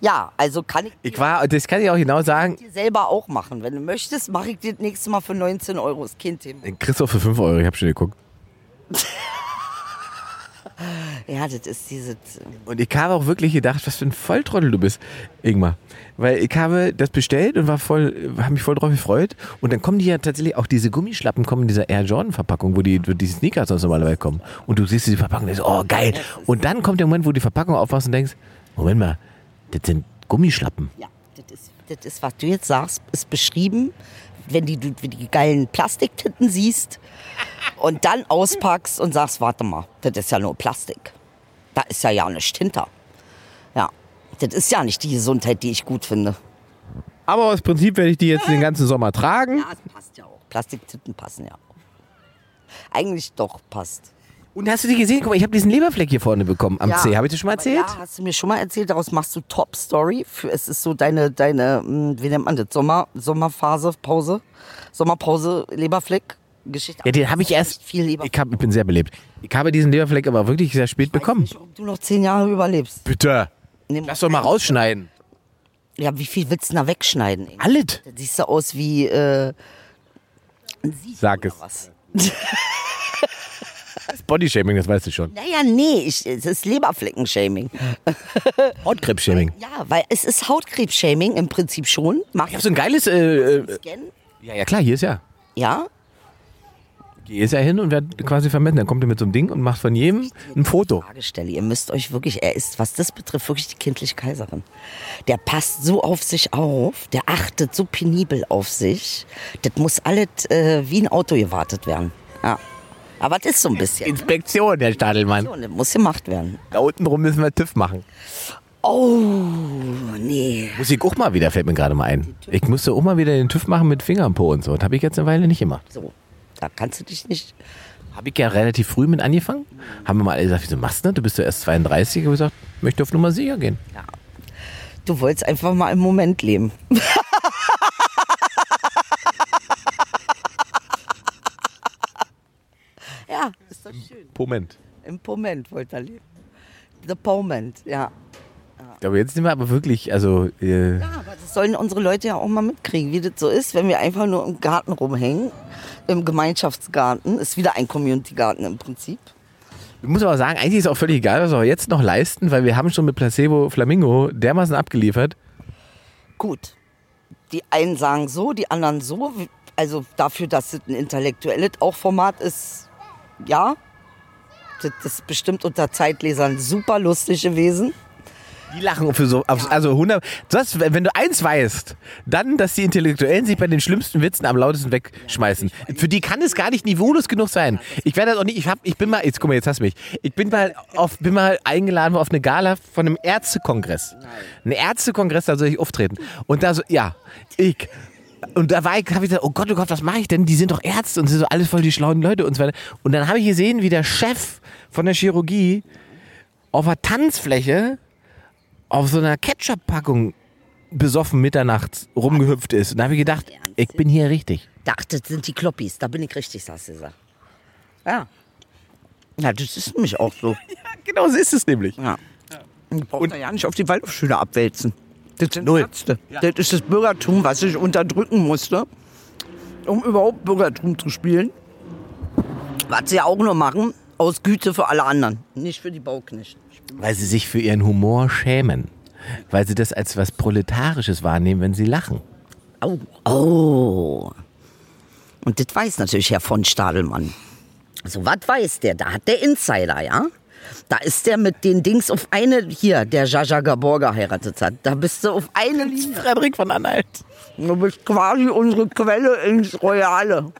ja, also kann ich
Ich war, das kann ich auch genau sagen,
dir selber auch machen. Wenn du möchtest, mache ich dir das nächste Mal für 19 Euro. Ist kein Thema.
Christoph für 5 Euro, ich habe schon geguckt.
Ja, das ist dieses.
Und ich habe auch wirklich gedacht, was für ein Volltrottel du bist, Ingmar. Weil ich habe das bestellt und war voll, habe mich voll drauf gefreut. Und dann kommen die ja tatsächlich, auch diese Gummischlappen kommen in dieser Air Jordan Verpackung, wo die, wo die Sneakers sonst normalerweise kommen. Und du siehst diese Verpackung und denkst, oh geil. Und dann kommt der Moment, wo du die Verpackung aufmachst und denkst, Moment mal, das sind Gummischlappen.
Ja, das ist, das ist, was du jetzt sagst, ist beschrieben, wenn die, du die geilen Plastiktitten siehst und dann auspackst und sagst, warte mal, das ist ja nur Plastik. Da ist ja ja nichts hinter. Ja, das ist ja nicht die Gesundheit, die ich gut finde.
Aber aus Prinzip werde ich die jetzt den ganzen Sommer tragen.
Ja, es passt ja auch. Plastiktitten passen ja auch. Eigentlich doch passt.
Und hast du die gesehen? Guck mal, ich habe diesen Leberfleck hier vorne bekommen am
Ja.
C. Habe ich dir schon mal
Aber
erzählt?
Ja, hast du mir schon mal erzählt, daraus machst du Top Story. Für, es ist so deine, deine, hm, wie nennt man das? Sommer, Sommerphase, Pause. Sommerpause, Leberfleck. Geschichte.
Ja, den habe ich erst.
Viel Leberfleck.
Ich, hab, ich bin sehr belebt. Ich habe diesen Leberfleck aber wirklich sehr spät bekommen.
Nicht, ob du noch zehn Jahre überlebst.
Bitte.
Nee,
Lass doch mal rausschneiden.
Ja, wie viel willst du denn da wegschneiden? Ey?
Alles.
Das siehst du aus wie, äh, ein Sieg
Sag
oder
es.
Was.
Das ist Bodyshaming, das weißt du schon.
Naja, nee, ich, es ist Leberfleckenshaming.
Hautkrebsshaming.
Ja, weil es ist Hautkrebsshaming im Prinzip schon. Mach
Ich habe so ein geiles. Äh, äh,
Scan.
ja, ja, klar, hier ist ja.
Ja,
Hier ist ja hin und wird quasi vermessen. Dann kommt er mit so einem Ding und macht von jedem ein Foto.
Frage stelle. Ihr müsst euch wirklich, er ist, was das betrifft, wirklich die kindliche Kaiserin. Der passt so auf sich auf, der achtet so penibel auf sich. Das muss alles äh, wie ein Auto gewartet werden. Ja. Aber das ist so ein bisschen.
Inspektion, Herr Stadelmann.
Und das muss gemacht werden.
Da unten rum müssen wir TÜV machen.
Oh, nee.
Muss ich auch mal wieder, fällt mir gerade mal ein. Ich musste auch mal wieder den TÜV machen mit Finger am Po und so. Das habe ich jetzt eine Weile nicht gemacht.
So, da kannst du dich nicht.
Habe ich ja relativ früh mit angefangen. Haben wir mal alle gesagt, wieso machst du das? Du bist ja erst 32. Ich habe gesagt, ich möchte auf Nummer sicher gehen.
Du wolltest einfach mal im Moment leben. ja, ist doch schön.
Moment.
Im Moment wollte er leben. The Moment, ja.
Ich glaube, jetzt sind wir aber wirklich, also, äh,
Ja, aber das sollen unsere Leute ja auch mal mitkriegen, wie das so ist, wenn wir einfach nur im Garten rumhängen. Im Gemeinschaftsgarten. Ist wieder ein Community-Garten im Prinzip.
ich muss aber sagen, eigentlich ist auch völlig egal, was wir jetzt noch leisten, weil wir haben schon mit Placebo Flamingo dermaßen abgeliefert.
Gut. Die einen sagen so, die anderen so. Also dafür, dass das ein intellektuelles auch Format ist, ja. Das ist bestimmt unter Zeitlesern super lustig gewesen.
Die lachen für so, auf, also 100, das, wenn du eins weißt, dann, dass die Intellektuellen sich bei den schlimmsten Witzen am lautesten wegschmeißen. Für die kann es gar nicht niveaulos genug sein. Ich werde das auch nicht, ich hab, ich bin mal, jetzt guck mal, jetzt hast du mich. Ich bin mal auf, bin mal eingeladen worden auf eine Gala von einem Ärztekongress. Ein Ärztekongress, da soll ich auftreten. Und da so, ja, ich, und da war ich, habe ich gesagt, oh Gott, oh Gott, was mache ich denn? Die sind doch Ärzte und sind so alles voll die schlauen Leute und so weiter. Und dann habe ich gesehen, wie der Chef von der Chirurgie auf einer Tanzfläche auf so einer Ketchup-Packung besoffen mitternachts rumgehüpft ist. Und da habe ich gedacht, ich bin hier richtig.
Dachte, das sind die Kloppis. Da bin ich richtig, sagst du gesagt. Ja. Ja, das ist nämlich auch so.
Genau so ist es nämlich.
Ja. Und braucht er ja nicht auf die Waldorfschüler abwälzen. Das sind
Null.
Ärzte. Das ist das Bürgertum, was ich unterdrücken musste, um überhaupt Bürgertum zu spielen. Was sie auch nur machen, aus Güte für alle anderen, nicht für die Bauknechte.
Weil sie sich für ihren Humor schämen. Weil sie das als was Proletarisches wahrnehmen, wenn sie lachen.
Au. Oh. Also, Und das weiß natürlich Herr von Stadelmann. So was weiß der, da hat der Insider, ja? Da ist der mit den Dings auf eine, hier, der Jaja Gabor geheiratet hat. Da bist du auf eine Linie.
Frederik von Anhalt.
Du bist quasi unsere Quelle ins Royale.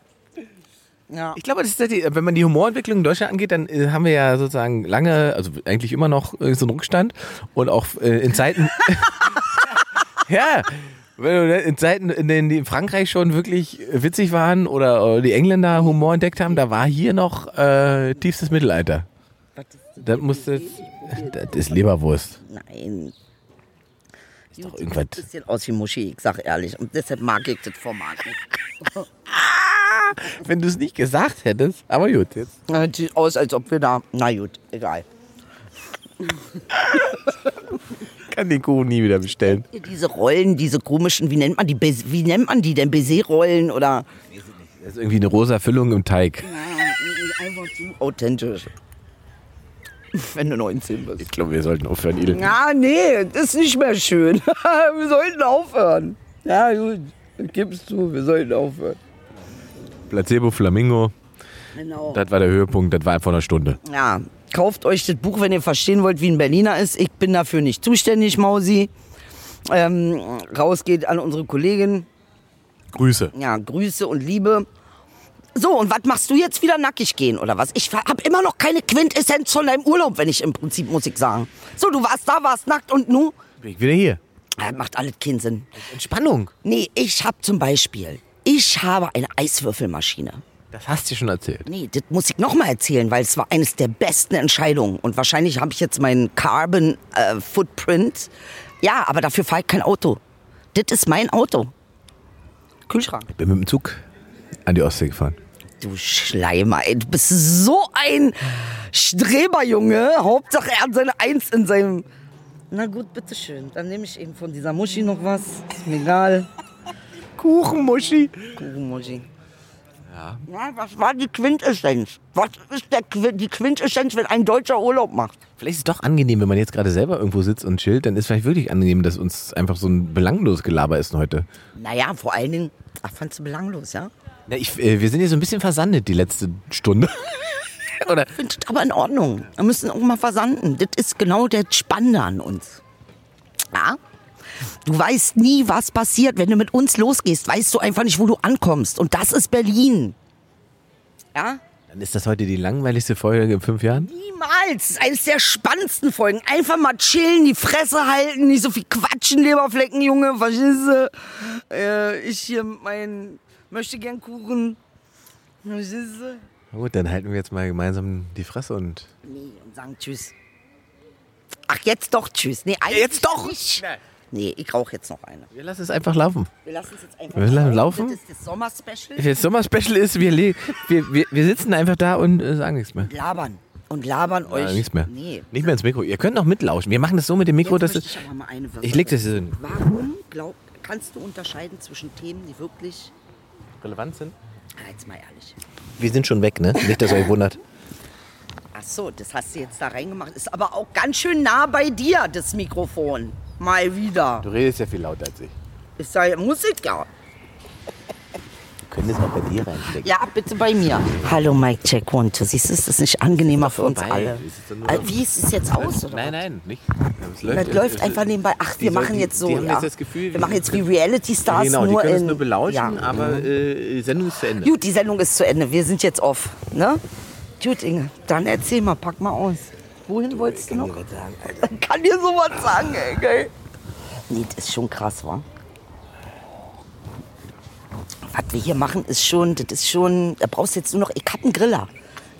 Ja.
Ich glaube, das ist ja die, wenn man die Humorentwicklung in Deutschland angeht, dann äh, haben wir ja sozusagen lange, also eigentlich immer noch äh, so einen Rückstand und auch äh, in Zeiten. ja. Wenn du ne, in Zeiten, in denen die in Frankreich schon wirklich witzig waren oder, äh, die Engländer Humor entdeckt haben, da war hier noch äh, tiefstes Mittelalter. Das musste. Das ist Leberwurst.
Nein. Ist doch
irgendwas.
Ein bisschen aus wie Muschi, ich sag ehrlich. Und deshalb mag ich das Format nicht.
Wenn du es nicht gesagt hättest, aber gut, jetzt.
Das sieht aus, als ob wir da. Na gut, egal.
kann den Kuchen nie wieder bestellen.
Diese Rollen, diese komischen, wie nennt man die? Bes- Wie nennt man die denn? Baiser-Rollen oder.
Das ist irgendwie eine rosa Füllung im Teig.
Einfach zu authentisch. Wenn du 19 bist.
Ich glaube, wir sollten aufhören, Idel.
Ja, nee, das ist nicht mehr schön. wir sollten aufhören. Ja, gut, ich gib's zu, wir sollten aufhören.
Placebo Flamingo,
Genau.
das war der Höhepunkt, das war vor einer Stunde.
Ja, kauft euch das Buch, wenn ihr verstehen wollt, wie ein Berliner ist. Ich bin dafür nicht zuständig, Mausi. Ähm, raus geht an unsere Kollegin.
Grüße.
Ja, Grüße und Liebe. So, und was machst du jetzt wieder nackig gehen oder was? Ich habe immer noch keine Quintessenz von deinem Urlaub, wenn ich im Prinzip, muss ich sagen. So, du warst da, warst nackt und nu?
Bin ich wieder hier.
Ja, macht alles keinen Sinn.
Entspannung.
Nee, ich habe zum Beispiel, ich habe eine Eiswürfelmaschine.
Das hast du schon erzählt.
Nee, das muss ich nochmal erzählen, weil es war eines der besten Entscheidungen. Und wahrscheinlich habe ich jetzt meinen Carbon äh, Footprint. Ja, aber dafür fahre ich kein Auto. Das ist mein Auto. Kühlschrank.
Bin mit dem Zug an die Ostsee gefahren.
Du Schleimer, ey, du bist so ein Streberjunge. Hauptsache, er hat seine Eins in seinem. Na gut, bitteschön. Dann nehme ich eben von dieser Muschi noch was. Ist mir egal.
Kuchenmuschi.
Kuchenmuschi. Ja. ja. Was war die Quintessenz? Was ist der Qu die Quintessenz, wenn ein Deutscher Urlaub macht?
Vielleicht ist es doch angenehm, wenn man jetzt gerade selber irgendwo sitzt und chillt, dann ist vielleicht wirklich angenehm, dass uns einfach so ein belangloses Gelaber ist heute.
Naja, vor allen Dingen, ach, fandst du belanglos, ja?
Na, ich, äh, wir sind hier so ein bisschen versandet die letzte Stunde. Oder?
Finde das aber in Ordnung. Wir müssen auch mal versanden. Das ist genau der Spannende an uns. Ja? Du weißt nie, was passiert. Wenn du mit uns losgehst, weißt du einfach nicht, wo du ankommst. Und das ist Berlin. Ja?
Dann ist das heute die langweiligste Folge in fünf Jahren.
Niemals. Das ist eines der spannendsten Folgen. Einfach mal chillen, die Fresse halten, nicht so viel quatschen, Leberflecken, Junge. Verstehst du? Äh, ich hier mit meinen möchte gern Kuchen. Verstehst du?
Na gut, dann halten wir jetzt mal gemeinsam die Fresse und.
Nee, und sagen Tschüss. Ach, jetzt doch Tschüss. Nee, eigentlich
Jetzt doch?
Nicht. Nee, ich rauche jetzt noch eine.
Wir lassen es einfach laufen.
Wir lassen es jetzt einfach
Wir lassen laufen?
Das ist das Sommerspecial.
Wenn jetzt Sommer-Special ist, wir, le- wir, wir, wir sitzen einfach da und äh, sagen nichts mehr.
Labern. Und labern euch.
Äh, nichts mehr.
Nee.
Nicht mehr ins Mikro. Ihr könnt noch mitlauschen. Wir machen das so mit dem Mikro,
Jetzt
dass
möchte
es.
ich aber mal eine Sache
Ich leg das
sagen.
hier hin.
Warum glaub, kannst du unterscheiden zwischen Themen, die wirklich.
Relevant sind.
Ah, jetzt mal ehrlich.
Wir sind schon weg, ne? Nicht, dass ihr euch wundert.
Ach so, das hast du jetzt da reingemacht. Ist aber auch ganz schön nah bei dir, das Mikrofon. Mal wieder.
Du redest ja viel lauter als ich.
Ich sage, muss ich ja.
Wir können das auch bei dir reinstecken.
Ja, bitte bei mir. Hallo Mike Check One Two. Siehst du, ist das nicht angenehmer für uns
vorbei.
alle?
Es ist doch nur-
Äh, Wie ist es jetzt aus? Oder
Nein,
was?
nein, nicht. Es
Das läuft
es-
einfach nebenbei. Ach,
die
wir
soll-
machen
die-
jetzt so.
Die haben
ja.
jetzt das Gefühl,
wir machen jetzt wie Reality Stars
Genau, die
nur
können
in.
es nur belauschen,
ja.
aber äh, die Sendung ist zu Ende.
Gut, die Sendung ist zu Ende. Wir sind jetzt off. Ne? Gut, Inge, dann erzähl mal, pack mal aus. Wohin wolltest du noch? Kann dir sowas sagen, ey, geil. Nee, das ist schon krass, wa? Was wir hier machen, ist schon, das ist schon, da brauchst du jetzt nur noch, ich hab einen Griller.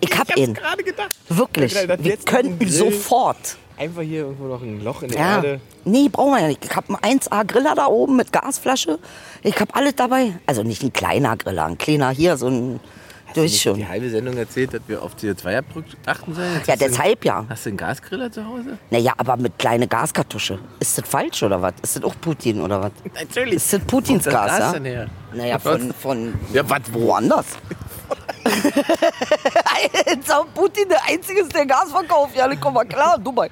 Ich hab ihn.
gerade gedacht.
Wirklich.
Ich hab gerade gedacht,
Wir
jetzt noch
könnten
einen Grill.
sofort.
Einfach hier irgendwo noch ein Loch in der
Ja.
Erde.
Nee, brauchen wir ja nicht. Ich habe einen 1A-Griller da oben mit Gasflasche. Ich habe alles dabei. Also nicht ein kleiner Griller, ein kleiner hier, so ein durch
Hast du nicht
schon.
Die halbe Sendung erzählt, dass wir auf CO2-Abdruck achten sollen. Jetzt
Ja,
hast du-
deshalb ja.
Hast du einen Gasgriller zu Hause?
Naja, aber mit kleine Gaskartusche. Ist das falsch oder was? Ist das auch Putin oder was?
Natürlich.
Ist das Putins
Wo kommt das
Gas,
Gas
ja?
denn her?
Naja, von, von
Ja, was, wo?
woanders. Jetzt auch Putin der Einzige, ist, der Gas verkauft. Ja, komm mal klar, Dubai.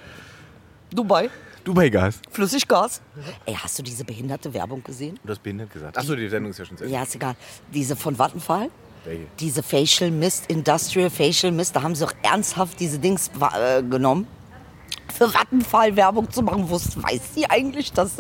Dubai,
Dubai-Gas.
Flüssiggas. Ey, hast du diese behinderte Werbung gesehen?
Du hast behindert gesagt. Achso, die Sendung ist ja schon zu Ende.
Ja, ist egal. Diese von Vattenfall, Diese Facial Mist, Industrial Facial Mist, da haben sie doch ernsthaft diese Dings äh, genommen. Für Vattenfall Werbung zu machen, wusste, weiß sie eigentlich, dass